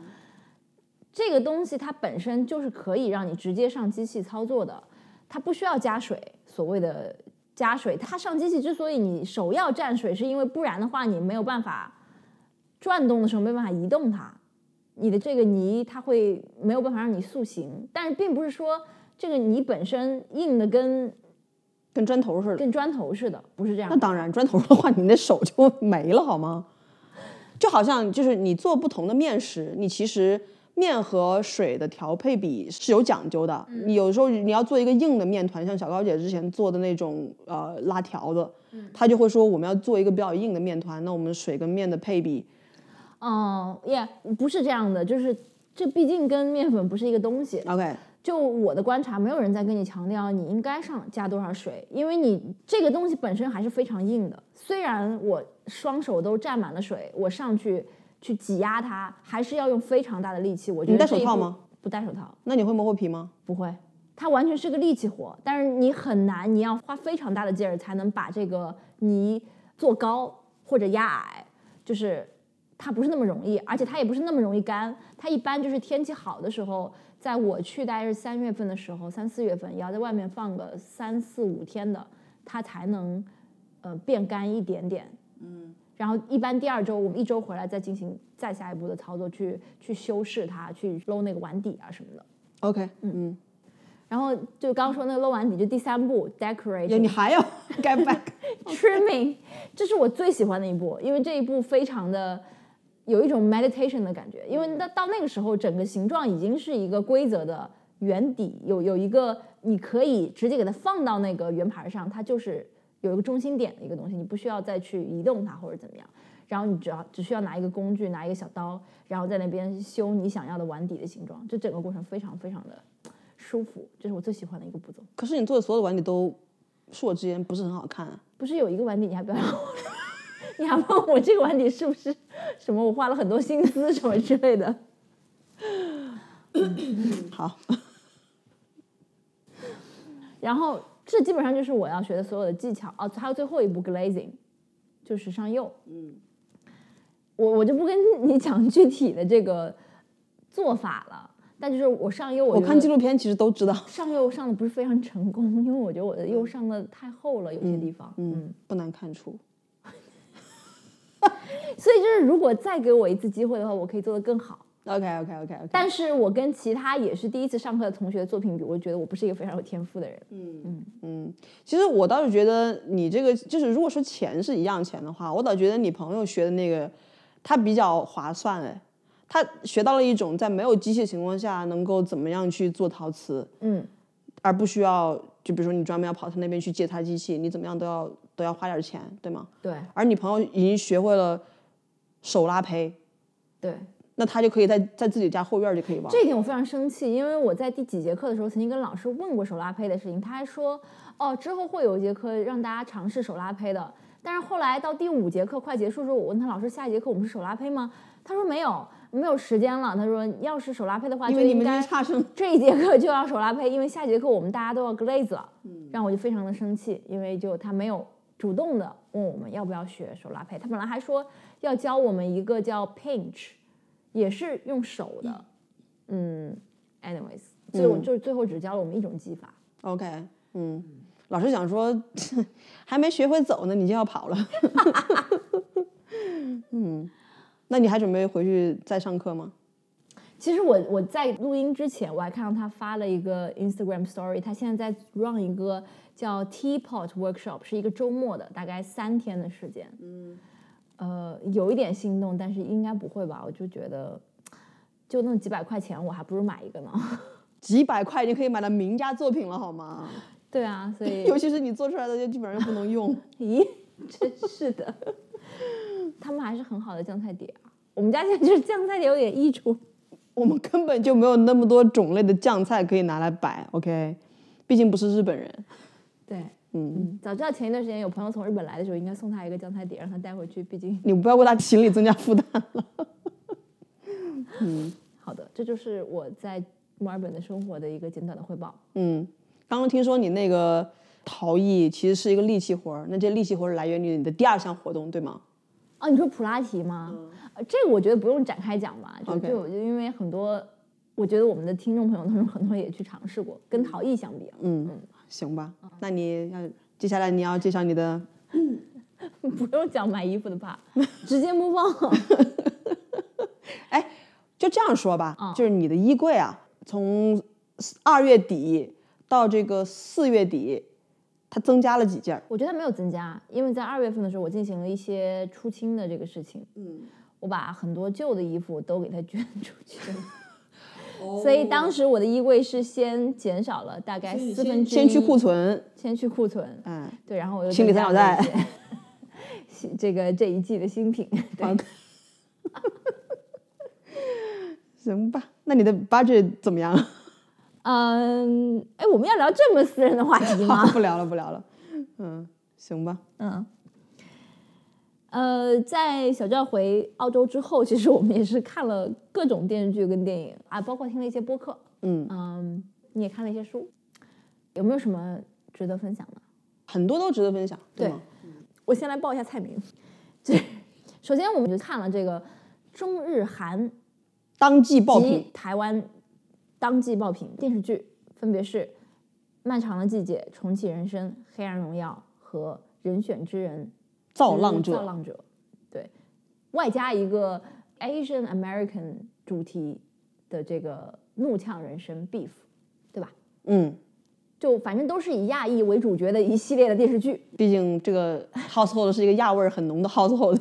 [SPEAKER 1] 这个东西它本身就是可以让你直接上机器操作的，它不需要加水，所谓的加水，它上机器之所以你手要蘸水，是因为不然的话你没有办法转动的时候没办法移动它，你的这个泥它会没有办法让你塑形，但是并不是说这个泥本身硬的跟
[SPEAKER 2] 跟砖头似的。
[SPEAKER 1] 跟砖头似的，不是这样
[SPEAKER 2] 那。当然，砖头的话，你那手就没了好吗？就好像就是你做不同的面食，你其实面和水的调配比是有讲究的。
[SPEAKER 1] 嗯
[SPEAKER 2] 你有时候你要做一个硬的面团，像小高姐之前做的那种呃拉条子，
[SPEAKER 1] 嗯
[SPEAKER 2] 她就会说我们要做一个比较硬的面团，那我们水跟面的配比，
[SPEAKER 1] 哦，也不是这样的，就是这毕竟跟面粉不是一个东西。
[SPEAKER 2] OK，
[SPEAKER 1] 就我的观察，没有人在跟你强调你应该上加多少水，因为你这个东西本身还是非常硬的。虽然我双手都沾满了水，我上去去挤压它，还是要用非常大的力气。我觉
[SPEAKER 2] 你
[SPEAKER 1] 得
[SPEAKER 2] 戴
[SPEAKER 1] 这
[SPEAKER 2] 手
[SPEAKER 1] 一
[SPEAKER 2] 套
[SPEAKER 1] 步
[SPEAKER 2] 吗？
[SPEAKER 1] 不戴手套，
[SPEAKER 2] 那你会磨破皮吗？
[SPEAKER 1] 不会。它完全是个力气活，但是你很难，你要花非常大的劲儿才能把这个泥做高或者压矮，就是它不是那么容易，而且它也不是那么容易干。它一般就是天气好的时候，在我去大概是三月份的时候，三四月份也要在外面放个三四五天的，它才能呃变干一点点。嗯，然后一般第二周我们一周回来再进行再下一步的操作，去去修饰它，去搂那个碗底啊什么的。
[SPEAKER 2] OK，嗯，
[SPEAKER 1] 然后就刚说那个漏碗底，就第三步 decorate
[SPEAKER 2] 呀，你还要 get back，
[SPEAKER 1] trimming，这是我最喜欢的一步，因为这一步非常的有一种 meditation 的感觉，因为那到那个时候，整个形状已经是一个规则的圆底，有有一个你可以直接给它放到那个圆盘上，它就是有一个中心点的一个东西，你不需要再去移动它或者怎么样。然后你只要只需要拿一个工具，拿一个小刀，然后在那边修你想要的碗底的形状，这整个过程非常非常的舒服，这是我最喜欢的一个步骤。
[SPEAKER 2] 可是你做的所有的碗底都恕我直言不是很好看、啊。
[SPEAKER 1] 不是有一个碗底，你还不要让我， 你还问我这个碗底是不是 什么？我花了很多心思什么之类的。
[SPEAKER 2] 好，
[SPEAKER 1] 然后这基本上就是我要学的所有的技巧哦。还有最后一步 glazing，就是上釉。嗯，我我就不跟你讲具体的这个做法了，但就是我上釉我
[SPEAKER 2] 我
[SPEAKER 1] 觉
[SPEAKER 2] 看
[SPEAKER 1] 得
[SPEAKER 2] 纪录片其实都知道，
[SPEAKER 1] 上釉上的不是非常成功，因为我觉得我的釉上的太厚了，有些地方。
[SPEAKER 2] 嗯，不难看出。嗯
[SPEAKER 1] 所以就是如果再给我一次机会的话，我可以做得更好。
[SPEAKER 2] OK OK OK OK，
[SPEAKER 1] 但是我跟其他也是第一次上课的同学的作品比，我觉得我不是一个非常有天赋的人。
[SPEAKER 2] 其实我倒是觉得你这个就是，如果说钱是一样钱的话，我倒觉得你朋友学的那个，他比较划算哎，他学到了一种在没有机械情况下能够怎么样去做陶瓷，
[SPEAKER 1] 嗯，
[SPEAKER 2] 而不需要就比如说你专门要跑他那边去借他机器，你怎么样都要都要花点钱，对吗？
[SPEAKER 1] 对
[SPEAKER 2] 而你朋友已经学会了手拉胚，
[SPEAKER 1] 对，
[SPEAKER 2] 那他就可以在在自己家后院儿就可以玩。
[SPEAKER 1] 这一点我非常生气，因为我在第几节课的时候曾经跟老师问过手拉胚的事情，他还说哦之后会有一节课让大家尝试手拉胚的，但是后来到第五节课快结束的时候，我问他老师下一节课我们是手拉胚吗？他说没有，没有时间了。他说要是手拉胚的话，
[SPEAKER 2] 因
[SPEAKER 1] 就
[SPEAKER 2] 为你
[SPEAKER 1] 应
[SPEAKER 2] 们这
[SPEAKER 1] 该
[SPEAKER 2] 些差生，
[SPEAKER 1] 这一节课就要手拉胚，因为下节课我们大家都要 glaze 了，让我就非常的生气，因为就他没有主动的问我们要不要学手拉胚，他本来还说要教我们一个叫 pinch，也是用手的，嗯，anyways，最后、就是最后只教了我们一种技法，
[SPEAKER 2] OK，嗯，老师想说， 还没学会走呢，你就要跑了。 嗯，那你还准备回去再上课吗？
[SPEAKER 1] 其实我我在录音之前，我还看到他发了一个 Instagram Story，他现在在 run 一个叫 Teapot Workshop，是一个周末的，大概三天的时间。嗯，呃，有一点心动，但是应该不会吧？我就觉得，就那几百块钱，我还不如买一个呢。
[SPEAKER 2] 几百块你可以买到名家作品了，好吗？
[SPEAKER 1] 对啊，所以
[SPEAKER 2] 尤其是你做出来的，就基本上就不能用。
[SPEAKER 1] 咦，真是的，他们还是很好的酱菜碟啊。我们家现在就是酱菜碟有点溢出。
[SPEAKER 2] 我们根本就没有那么多种类的酱菜可以拿来摆。OK，毕竟不是日本人。
[SPEAKER 1] 对，
[SPEAKER 2] 嗯，
[SPEAKER 1] 嗯，早知道前一段时间有朋友从日本来的时候，应该送他一个酱菜碟，让他带回去，毕竟。
[SPEAKER 2] 你不要为他心理增加负担了。
[SPEAKER 1] 好的，这就是我在墨尔本的生活的一个简短的汇报。
[SPEAKER 2] 嗯，刚刚听说你那个陶艺其实是一个力气活儿，那这力气活儿来源于你的第二项活动，对吗？
[SPEAKER 1] 哦，你说普拉提吗？呃这个我觉得不用展开讲吧，就
[SPEAKER 2] OK
[SPEAKER 1] 就因为很多，我觉得我们的听众朋友当中很多也去尝试过，跟陶艺相比啊，
[SPEAKER 2] 嗯，行吧，那你要接下来你要介绍你的，
[SPEAKER 1] 不用讲买衣服的吧，直接 move on。
[SPEAKER 2] 就这样说吧，就是你的衣柜啊，从二月底到这个四月底，它增加了几件儿？
[SPEAKER 1] 我觉得没有增加，因为在二月份的时候，我进行了一些出清的这个事情。嗯，我把很多旧的衣服都给它捐出 去了。所以当时我的衣柜是先减少了大概
[SPEAKER 3] 所以你
[SPEAKER 1] 四
[SPEAKER 3] 先
[SPEAKER 1] 分之一，
[SPEAKER 2] 先去库，存，
[SPEAKER 1] 先去库存，
[SPEAKER 2] 哎，
[SPEAKER 1] 对，然后我又
[SPEAKER 2] 清理
[SPEAKER 1] 增
[SPEAKER 2] 三角
[SPEAKER 1] 加了
[SPEAKER 2] 带
[SPEAKER 1] 一些新这个这一季的新品，对，
[SPEAKER 2] 行吧。那你的 budget 怎么样？
[SPEAKER 1] 嗯，哎，我们要聊这么私人的话题吗？
[SPEAKER 2] 不聊了，不聊了。嗯，行吧。
[SPEAKER 1] 嗯，呃，在小赵回澳洲之后，其实我们也是看了各种电视剧跟电影啊，包括听了一些播客，
[SPEAKER 2] 嗯，
[SPEAKER 1] 嗯，你也看了一些书，有没有什么值得分享的？
[SPEAKER 2] 很多都值得分享，吗？
[SPEAKER 1] 我先来报一下菜名， 这首先我们就看了这个中日韩
[SPEAKER 2] 当季爆
[SPEAKER 1] 及
[SPEAKER 2] 品，
[SPEAKER 1] 台湾当季爆品电视剧，分别是《漫长的季节》《重启人生》《黑暗荣耀》和《人选之人》
[SPEAKER 2] 造浪
[SPEAKER 1] 造
[SPEAKER 2] 者，
[SPEAKER 1] 浪者，对，外加一个 Asian American 主题的这个怒呛人生 Beef，对吧？
[SPEAKER 2] 嗯，
[SPEAKER 1] 就反正都是以亚裔为主角的一系列的电视剧。
[SPEAKER 2] 毕竟这个 household 是一个亚味儿很浓的 household。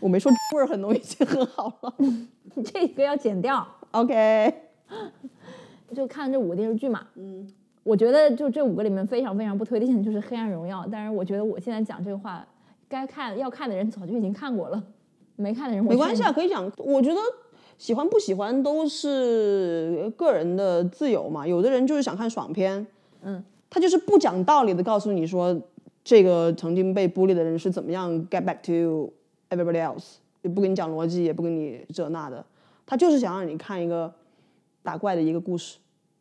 [SPEAKER 2] 我没说 味儿很浓已经很好了。
[SPEAKER 1] 这个要剪掉，
[SPEAKER 2] OK，
[SPEAKER 1] 就看这五个电视剧嘛。
[SPEAKER 3] 嗯，
[SPEAKER 1] 我觉得就这五个里面非常非常不推荐的就是《黑暗荣耀》，但是我觉得我现在讲这个话，该看要看的人早就已经看过了，没看的人我
[SPEAKER 2] 没关系
[SPEAKER 1] 劝
[SPEAKER 2] 啊，可以讲。我觉得喜欢不喜欢都是个人的自由嘛。有的人就是想看爽片，
[SPEAKER 1] 嗯，
[SPEAKER 2] 他就是不讲道理的告诉你说，这个曾经被孤立的人是怎么样 get back to everybody else，也不跟你讲逻辑，也不跟你这那的，他就是想让你看一个打怪的一个故事，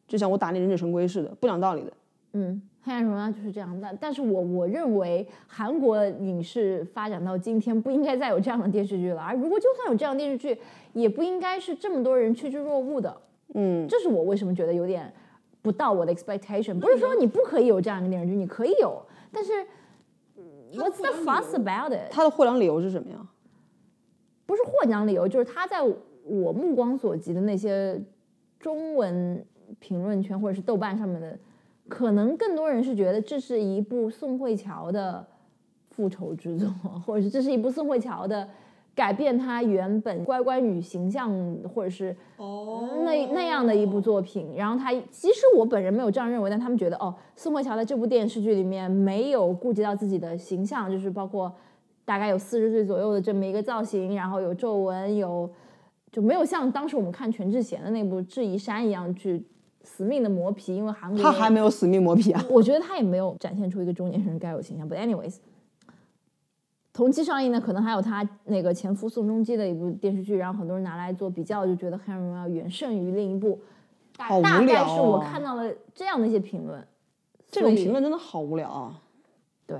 [SPEAKER 2] 就像我打那忍者神龟似的，不讲道理的。
[SPEAKER 1] 你嗯，《黑暗荣耀》就是这样。但但是我我认为韩国影视发展到今天不应该再有这样的电视剧了，而如果就算有这样的电视剧，也不应该是这么多人趋之若鹜的。
[SPEAKER 2] 嗯，
[SPEAKER 1] 这是我为什么觉得有点不到我的 expectation。不是说你不可以有这样一个电视剧，你可以有，但是嗯 what's the fuss about it？
[SPEAKER 2] 他的获奖理由是什么呀？
[SPEAKER 1] 不是获奖理由，就是他在我目光所及的那些中文评论圈或者是豆瓣上面的，可能更多人是觉得这是一部宋慧乔的复仇之作， 或者是这是一部宋慧乔的改变她原本乖乖女形象或者是
[SPEAKER 3] 哦
[SPEAKER 1] 那那样的一部作品。然后他其实我本人没有这样认为，但他们觉得哦，宋慧乔在这部电视剧里面没有顾及到自己的形象，就是包括大概有四十岁左右的这么一个造型，然后有皱纹，有就没有像当时我们看全智贤的那部《质疑山》一样去死命的磨皮，因为韩国
[SPEAKER 2] 他还没有死命磨皮啊。
[SPEAKER 1] 我觉得他也没有展现出一个中年人该有的形象。But anyways，同期上映呢，可能还有他那个前夫宋仲基的一部电视剧，然后很多人拿来做比较，就觉得《黑暗荣耀》远胜于另一部。大
[SPEAKER 2] 好无
[SPEAKER 1] 大概
[SPEAKER 2] 聊
[SPEAKER 1] 是我
[SPEAKER 2] 哦
[SPEAKER 1] 看到了这样的一些评论，
[SPEAKER 2] 这
[SPEAKER 1] 所
[SPEAKER 2] 种
[SPEAKER 1] 以
[SPEAKER 2] 评论真的好无聊啊。
[SPEAKER 1] 对，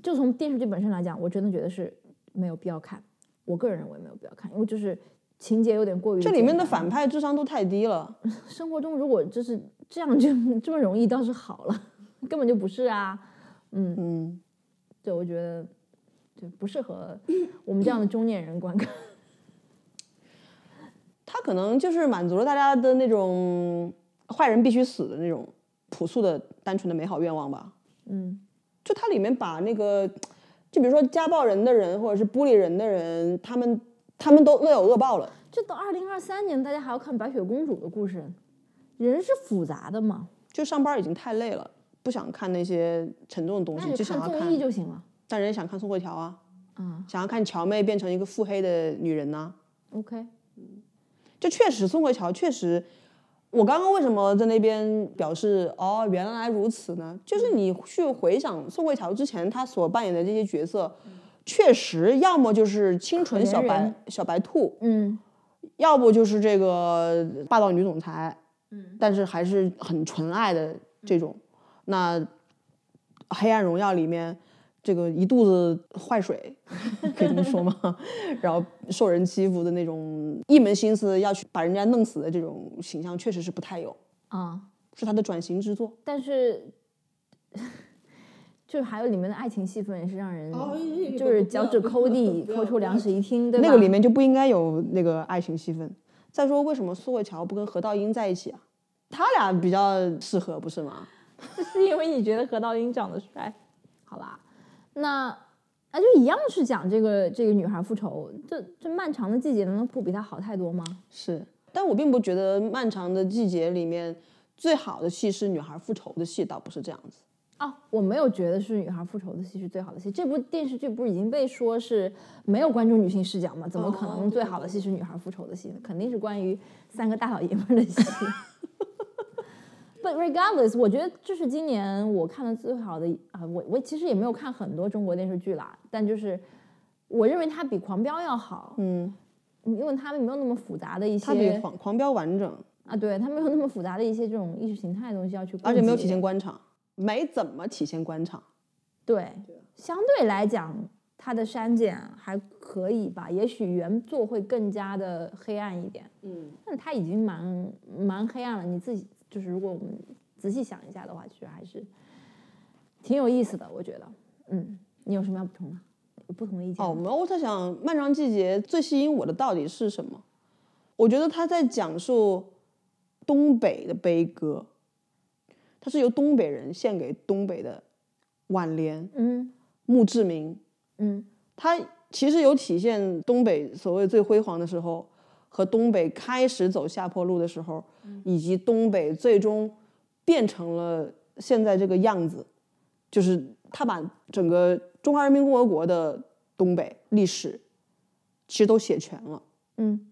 [SPEAKER 1] 就从电视剧本身来讲，我真的觉得是没有必要看。我个人认为没有必要看，因为就是情节有点过于
[SPEAKER 2] 这里面
[SPEAKER 1] 简
[SPEAKER 2] 的
[SPEAKER 1] 单
[SPEAKER 2] 反派智商都太低了。
[SPEAKER 1] 生活中如果就是这样就 这么容易倒是好了，根本就不是啊。嗯，
[SPEAKER 2] 嗯，
[SPEAKER 1] 对，我觉得对不适合我们这样的中年人观看。
[SPEAKER 2] 他可能就是满足了大家的那种坏人必须死的那种朴素的、单纯的美好愿望吧。
[SPEAKER 1] 嗯
[SPEAKER 2] 就它里面把那个，就比如说家暴人的人或者是孤立人的人，他们他们都恶有恶报了。
[SPEAKER 1] 这到二零二三年，大家还要看白雪公主的故事，人是复杂的嘛，
[SPEAKER 2] 就上班已经太累了，不想看那些沉重的东
[SPEAKER 1] 那
[SPEAKER 2] 西，
[SPEAKER 1] 就
[SPEAKER 2] 就想要
[SPEAKER 1] 综艺
[SPEAKER 2] 看。
[SPEAKER 1] 就行了。
[SPEAKER 2] 但人家想看宋慧乔啊，
[SPEAKER 1] 啊、
[SPEAKER 2] 想要看乔妹变成一个腹黑的女人呐、
[SPEAKER 1] o k
[SPEAKER 2] 就确实宋慧乔确实，我刚刚为什么在那边表示哦原来如此呢？就是你去回想宋慧乔之前她所扮演的这些角色，确实要么就是清纯
[SPEAKER 1] 嗯可怜
[SPEAKER 2] 小白
[SPEAKER 1] 人
[SPEAKER 2] 小白兔，
[SPEAKER 1] 嗯
[SPEAKER 2] 要不就是这个霸道女总裁，
[SPEAKER 1] 嗯
[SPEAKER 2] 但是还是很纯爱的这种。那《黑暗荣耀》里面，这个一肚子坏水，可以这么说吗？ 然后受人欺负的那种，一门心思要去把人家弄死的这种形象，确实是不太有，
[SPEAKER 1] 啊，
[SPEAKER 2] 是他的转型之作。
[SPEAKER 1] 但是 就还有里面的爱情戏份也是让人
[SPEAKER 3] 哦哎
[SPEAKER 1] 就
[SPEAKER 3] 不
[SPEAKER 1] 是
[SPEAKER 3] 不
[SPEAKER 1] 脚
[SPEAKER 3] 要
[SPEAKER 1] 趾
[SPEAKER 3] 不
[SPEAKER 1] 抠
[SPEAKER 3] 要
[SPEAKER 1] 地，
[SPEAKER 3] 不
[SPEAKER 1] 抠
[SPEAKER 3] 要
[SPEAKER 1] 出
[SPEAKER 3] 不
[SPEAKER 1] 两
[SPEAKER 3] 要
[SPEAKER 1] 室一厅，对吧？
[SPEAKER 2] 那个里面就不应该有那个爱情戏份。再说，为什么苏慧乔不跟何道英在一起啊？他俩比较适 合，不是吗？
[SPEAKER 1] 是因为你觉得何道英长得帅，好吧？那啊，就一样是讲这个这个女孩复仇，这这漫长的季节能不比它好太多吗？
[SPEAKER 2] 是，但我并不觉得《漫长的季节》里面最好的戏是女孩复仇的戏，倒不是这样子。
[SPEAKER 1] 哦，我没有觉得是女孩复仇的戏是最好的戏。这部电视剧不是已经被说是没有关注女性视角吗？怎么可
[SPEAKER 2] 哦
[SPEAKER 1] 能最好的戏是女孩复仇的戏呢？肯定是关于三个大老爷们儿的 戏。But regardless，我觉得这是今年我看的最好的一啊、我我其实也没有看很多中国电视剧啦，但就是我认为它比《狂飙》要好，
[SPEAKER 2] 嗯，
[SPEAKER 1] 因为它没有那么复杂的一些
[SPEAKER 2] 它比《狂狂飙》完整，
[SPEAKER 1] 啊，对，它没有那么复杂的一些这种意识形态的东西要去，
[SPEAKER 2] 而且没有体现官场，没怎么体现官场。
[SPEAKER 1] 对，相对来讲，它的删减还可以吧，也许原作会更加的黑暗一点，
[SPEAKER 3] 嗯，
[SPEAKER 1] 但它已经蛮蛮黑暗了。你自己就是，如果我们仔细想一下的话，其实还是挺有意思的，我觉得。嗯，你有什么要补充的？有不同的意见
[SPEAKER 2] 哦，
[SPEAKER 1] 吗？
[SPEAKER 2] 没有，我在想《漫长季节》最吸引我的到底是什么？我觉得他在讲述东北的悲歌，它是由东北人献给东北的挽联、
[SPEAKER 1] 嗯
[SPEAKER 2] 墓志铭，
[SPEAKER 1] 嗯
[SPEAKER 2] 它其实有体现东北所谓最辉煌的时候，和东北开始走下坡路的时候，以及东北最终变成了现在这个样子，就是他把整个中华人民共和国的东北历史其实都写全了。
[SPEAKER 1] 嗯。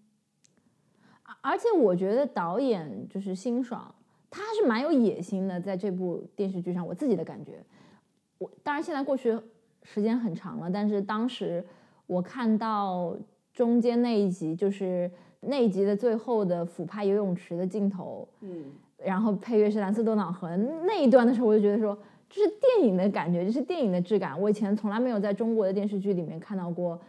[SPEAKER 1] 而而且我觉得导演就是辛爽，他还是蛮有野心的，在这部电视剧上，我自己的感觉。我当然现在过去时间很长了，但是当时我看到中间那一集，就是那一集的最后的俯拍游泳池的镜头，
[SPEAKER 3] 嗯，
[SPEAKER 1] 然后配乐是蓝色多瑙河那一段的时候，我就觉得说，这是电影的感觉，这是电影的质感。我以前从来没有在中国的电视剧里面看到过，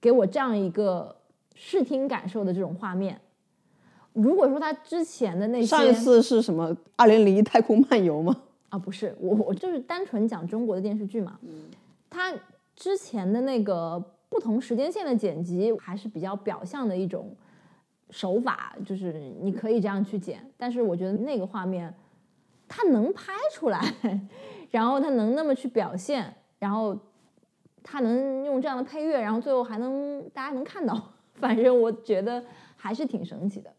[SPEAKER 1] 给我这样一个视听感受的这种画面。如果说他之前的那些
[SPEAKER 2] 上一次是什么？二零零一太空漫游吗？
[SPEAKER 1] 啊，不是我，我就是单纯讲中国的电视剧嘛。它之前的那个不同时间线的剪辑还是比较表象的一种手法，就是你可以这样去剪，但是我觉得那个画面它能拍出来， 然后它能那么去表现，然后它能用这样的配乐，然后最后还能大家能看到， 反正我觉得还是挺神奇的。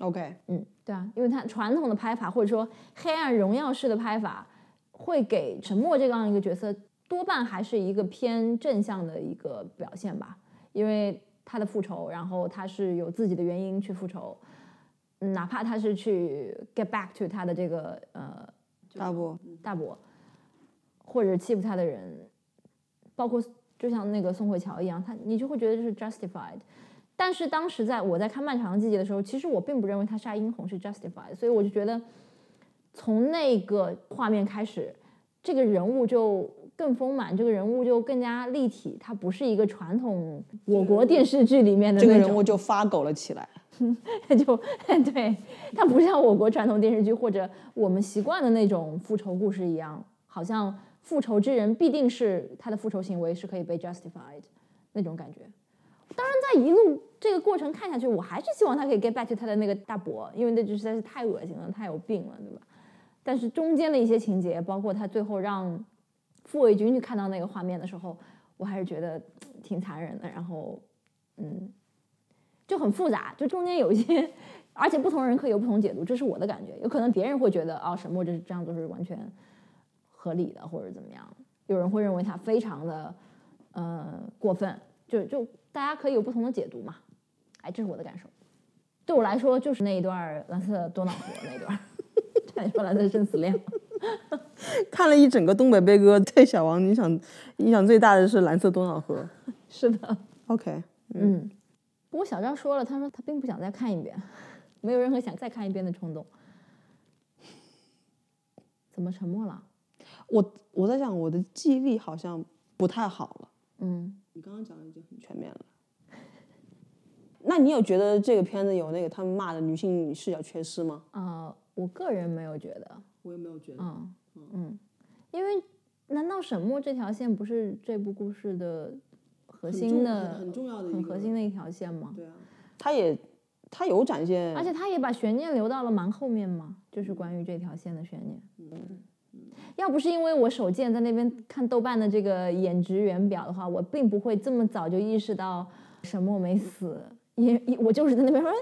[SPEAKER 2] OK，
[SPEAKER 1] 嗯，对啊，因为它传统的拍法或者说黑暗荣耀式的拍法，会给沉默这样一个角色多半还是一个偏正向的一个表现吧，因为他的复仇，然后他是有自己的原因去复仇，嗯哪怕他是去 get back to 他的这个呃
[SPEAKER 2] 大不，
[SPEAKER 1] 大伯，或者欺负他的人，包括就像那个宋慧乔一样，他你就会觉得这是 justified。但是当时在我在看《漫长的季节》的时候，其实我并不认为他杀殷红是 justified，所以我就觉得从那个画面开始，这个人物就更丰满，这个人物就更加立体，他不是一个传统我国电视剧里面的
[SPEAKER 2] 这个
[SPEAKER 1] 那
[SPEAKER 2] 人
[SPEAKER 1] 种
[SPEAKER 2] 物就发狗了起来。
[SPEAKER 1] 就对，它不像我国传统电视剧或者我们习惯的那种复仇故事一样，好像复仇之人必定是他的复仇行为是可以被 justified 那种感觉。当然，在一路这个过程看下去，我还是希望他可以 get back to 他的那个大伯，因为那就实在是太恶心了，太有病了，对吧？但是中间的一些情节，包括他最后让傅卫军去看到那个画面的时候，我还是觉得挺残忍的。然后，嗯，就很复杂，就中间有一些，而且不同人可以有不同解读，这是我的感觉。有可能别人会觉得啊，沈墨这是这样做是完全合理的，或者怎么样。有人会认为他非常的呃过分，就就大家可以有不同的解读嘛。哎，这是我的感受。对我来说，就是那一段儿蓝色多瑙河那一段儿， 差点说蓝色生死恋。
[SPEAKER 2] 看了一整个东北悲歌，对小王影响影响最大的是《蓝色多瑙河》。
[SPEAKER 1] 是的，
[SPEAKER 2] OK，
[SPEAKER 1] 嗯。不过小赵说了，他说他并不想再看一遍， 没有任何想再看一遍的冲动。怎么沉默了？
[SPEAKER 2] 我我在想我的记忆力好像不太好了。
[SPEAKER 1] 嗯，
[SPEAKER 2] 你刚刚讲的已经很全面了。那你有觉得这个片子有那个他们骂的女性视角缺失吗？
[SPEAKER 1] 啊，我个人没有觉得，
[SPEAKER 2] 我也没有觉得。
[SPEAKER 1] 嗯嗯，因为难道沈墨这条线不是这部故事的核心的、
[SPEAKER 2] 重要
[SPEAKER 1] 很核心的一条线吗？
[SPEAKER 2] 对啊，他也他有展现，
[SPEAKER 1] 而且他也把悬念留到了蛮后面嘛，就是关于这条线的悬念。要不是因为我手贱在那边看豆瓣的这个演职员表的话，我并不会这么早就意识到沈墨没死，也也我就是在那边说哎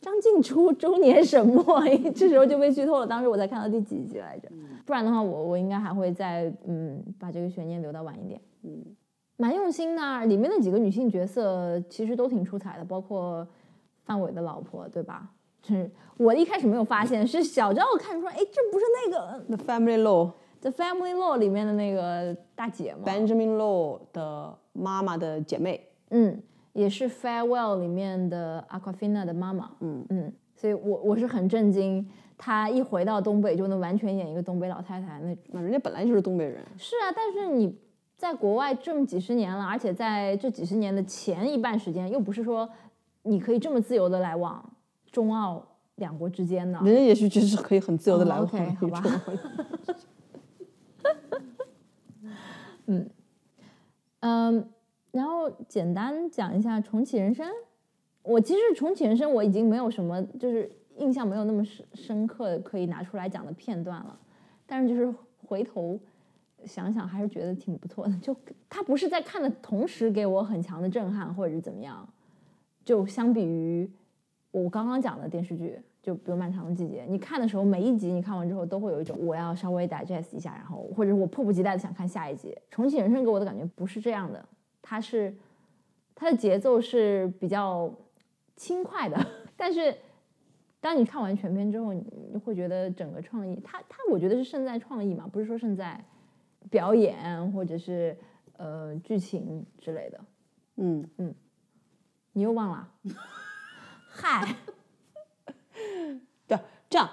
[SPEAKER 1] 张静初周年沈墨， 这时候就被剧透了。当时我才看到第几集来着，不然的话我我应该还会再嗯把这个悬念留到晚一点。
[SPEAKER 2] 嗯，
[SPEAKER 1] 蛮用心的啊，里面的几个女性角色其实都挺出彩的，包括范伟的老婆，对吧？就是我一开始没有发现，是小赵看出来，哎，这不是那个嗯
[SPEAKER 2] 那 Family Law
[SPEAKER 1] 《The Family Law》里面的那个大姐吗？
[SPEAKER 2] Benjamin Law 的妈妈的姐妹，
[SPEAKER 1] 嗯，也是《Farewell》里面的 Aquafina 的妈妈。
[SPEAKER 2] 嗯
[SPEAKER 1] 嗯，所以我我是很震惊，她一回到东北就能完全演一个东北老太太那
[SPEAKER 2] 那人家本来就是东北人，
[SPEAKER 1] 是啊，但是你在国外这么几十年了，而且在这几十年的前一半时间，又不是说你可以这么自由的来往中澳两国之间的。
[SPEAKER 2] 人家也许就是可以很自由的
[SPEAKER 1] 哦
[SPEAKER 2] 来往
[SPEAKER 1] OK，好
[SPEAKER 2] 宇
[SPEAKER 1] 吧
[SPEAKER 2] 宙。
[SPEAKER 1] 嗯，然后简单讲一下《重启人生》。我其实《重启人生》我已经没有什么，就是印象没有那么深深刻可以拿出来讲的片段了，但是就是回头想想，还是觉得挺不错的。就它不是在看的同时给我很强的震撼，或者是怎么样，就相比于我刚刚讲的电视剧，就比如《漫长的季节》，你看的时候每一集你看完之后都会有一种我要稍微 digest 一下，然后或者我迫不及待的想看下一集。重启人生给我的感觉不是这样的，它是它的节奏是比较轻快的， 但是当你看完全片之后，你你会觉得整个创意，它它我觉得是胜在创意嘛，不是说胜在表演或者是呃剧情之类的。
[SPEAKER 2] 嗯，
[SPEAKER 1] 你又忘了？ 嗨
[SPEAKER 2] 对，这样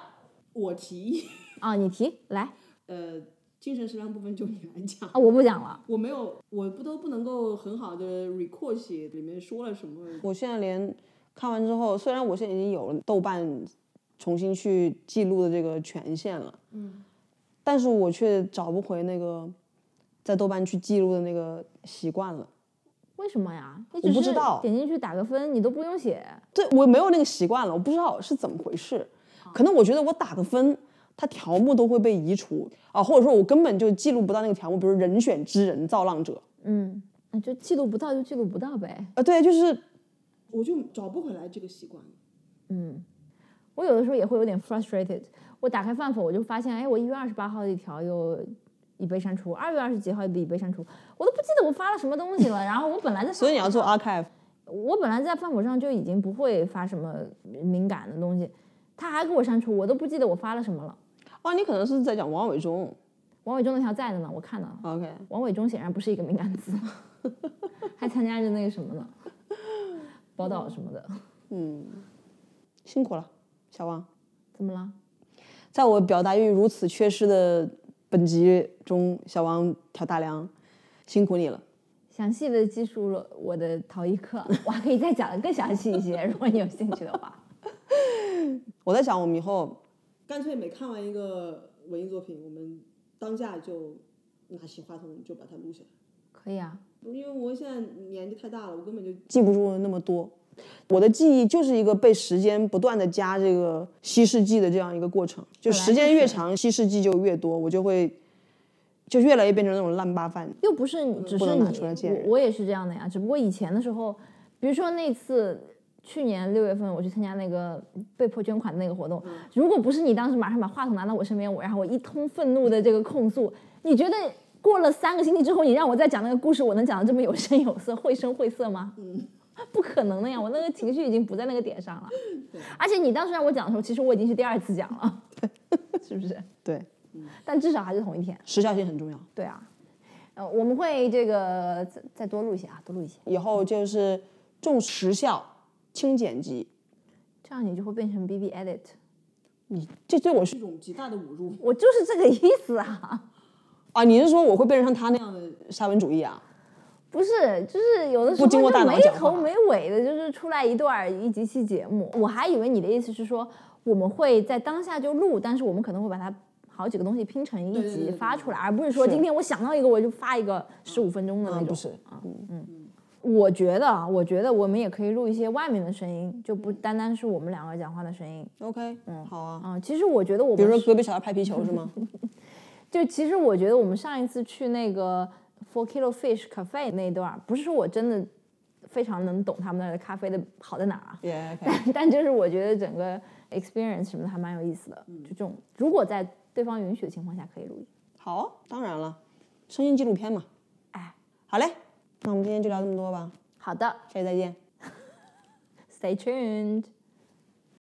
[SPEAKER 3] 我提议，
[SPEAKER 1] 啊，你提来
[SPEAKER 3] 呃，精神食粮部分就你来讲。
[SPEAKER 1] 啊，我不讲了。
[SPEAKER 3] 我没有，我不都不能够很好的 recall 起里面说了什么。
[SPEAKER 2] 我现在连看完之后，虽然我现在已经有了豆瓣重新去记录的这个权限了，嗯，但是我却找不回那个在豆瓣去记录的那个习惯了。
[SPEAKER 1] 为什么呀？你
[SPEAKER 2] 我
[SPEAKER 1] 只
[SPEAKER 2] 不知
[SPEAKER 1] 是
[SPEAKER 2] 道
[SPEAKER 1] 点进去打个分，你都不用写。
[SPEAKER 2] 对我没有那个习惯了，我不知道是怎么回事。可能我觉得我打个分，它条目都会被移除啊，或者说我根本就记录不到那个条目，比如“人选之人”“造浪者
[SPEAKER 1] 嗯，那就记录不到就记录不到呗。”
[SPEAKER 2] 啊，对，就是
[SPEAKER 3] 我就找不回来这个习惯了。
[SPEAKER 1] 嗯，我有的时候也会有点 frustrated。我打开饭否，我就发现，哎，我一月二十八号的一条又已被删除，二月二十几号已被删除，我都不记得我发了什么东西了。然后我本来在，
[SPEAKER 2] 所以你要做 archive，
[SPEAKER 1] 我本来在饭否上就已经不会发什么敏感的东西，他还给我删除，我都不记得我发了什么了。
[SPEAKER 2] 哦，你可能是在讲王伟忠
[SPEAKER 1] 王伟忠那条在的呢，我看到了。
[SPEAKER 2] ，OK，
[SPEAKER 1] 王伟忠显然不是一个敏感词，还参加着那个什么呢，宝岛什么的，
[SPEAKER 2] 嗯，辛苦了，小王，
[SPEAKER 1] 怎么了？
[SPEAKER 2] 在我表达欲如此缺失的本集中，小王挑大梁，辛苦你了。
[SPEAKER 1] 详细的记述了我的陶艺课，我还可以再讲的更详细一些，如果你有兴趣的话。
[SPEAKER 2] 我在想，我们以后
[SPEAKER 3] 干脆每看完一个文艺作品，我们当下就拿起话筒就把它录下来。
[SPEAKER 1] 可以啊，
[SPEAKER 3] 不是因为我现在年纪太大了，我根本就
[SPEAKER 2] 记不住那么多。我的记忆就是一个被时间不断的加这个稀释剂的这样一个过程，就
[SPEAKER 1] 本来
[SPEAKER 2] 时
[SPEAKER 1] 就
[SPEAKER 2] 间越
[SPEAKER 1] 是
[SPEAKER 2] 长，稀释剂就越多，我就会就越来越变成那种烂巴饭。
[SPEAKER 1] 又不是你，只
[SPEAKER 2] 嗯不
[SPEAKER 1] 是
[SPEAKER 2] 能
[SPEAKER 1] 你
[SPEAKER 2] 拿出来见，人
[SPEAKER 1] 我我也是这样的呀。只不过以前的时候，比如说那次去年六月份我去参加那个被迫捐款的那个活动，
[SPEAKER 2] 嗯
[SPEAKER 1] 如果不是你当时马上把话筒拿到我身边，我然后我一通愤怒的这个控诉，你觉得过了三个星期之后，你让我再讲那个故事，我能讲的这么有声有色、绘声绘色吗？嗯。 不可能的呀！我那个情绪已经不在那个点上了，而且你当时让我讲的时候，其实我已经是第二次讲 了，是不是？
[SPEAKER 2] 对，
[SPEAKER 1] 但至少还是同一天。
[SPEAKER 2] 时效性很重要。
[SPEAKER 1] 对啊，呃，我们会这个再再多录一些啊，多录一些，
[SPEAKER 2] 以后就是重时效，轻剪辑。
[SPEAKER 1] 这样你就会变成 B B edit。
[SPEAKER 2] 你这对我
[SPEAKER 3] 是
[SPEAKER 2] 是
[SPEAKER 3] 一种极大的侮辱。
[SPEAKER 1] 我就是这个意思啊，
[SPEAKER 2] 啊，你是说我会变成像他那样的沙文主义啊？
[SPEAKER 1] 不是，就是有的时
[SPEAKER 2] 不
[SPEAKER 1] 候
[SPEAKER 2] 经过大
[SPEAKER 1] 就
[SPEAKER 2] 脑
[SPEAKER 1] 没
[SPEAKER 2] 讲
[SPEAKER 1] 头
[SPEAKER 2] 话
[SPEAKER 1] 没尾的，就是出来一段儿一集期节目。我还以为你的意思是说我们会在当下就录，但是我们可能会把它。好几个东西拼成一
[SPEAKER 3] 对对对
[SPEAKER 1] 集
[SPEAKER 3] 对
[SPEAKER 1] 发
[SPEAKER 3] 对
[SPEAKER 1] 出来，而不是说
[SPEAKER 2] 是
[SPEAKER 1] 今天我想到一个我就发一个十五分钟的那
[SPEAKER 2] 啊，
[SPEAKER 1] 种。
[SPEAKER 2] 不是，
[SPEAKER 1] 我觉得，啊，我觉得我们也可以录一些外面的声音，就不单单是我们两个讲话的声音。
[SPEAKER 2] OK，嗯，好啊。
[SPEAKER 1] 嗯，其实我觉得我们
[SPEAKER 2] 比如说
[SPEAKER 1] 是
[SPEAKER 2] 隔壁小孩拍皮球是吗？
[SPEAKER 1] 就其实我觉得我们上一次去那个 Four Kilo Fish Cafe 那一段儿，不是说我真的非常能懂他们那儿的咖啡的好在哪儿啊，
[SPEAKER 2] 也 OK，
[SPEAKER 1] 但但就是我觉得整个 experience 什么的还蛮有意思的。就这种，如果在对方允许的情况下可以录音。
[SPEAKER 2] 好，当然了，声音纪录片嘛。
[SPEAKER 1] 哎，
[SPEAKER 2] 好嘞，那我们今天就聊这么多吧，
[SPEAKER 1] 好的
[SPEAKER 2] 下期再见。
[SPEAKER 1] ，Stay tuned。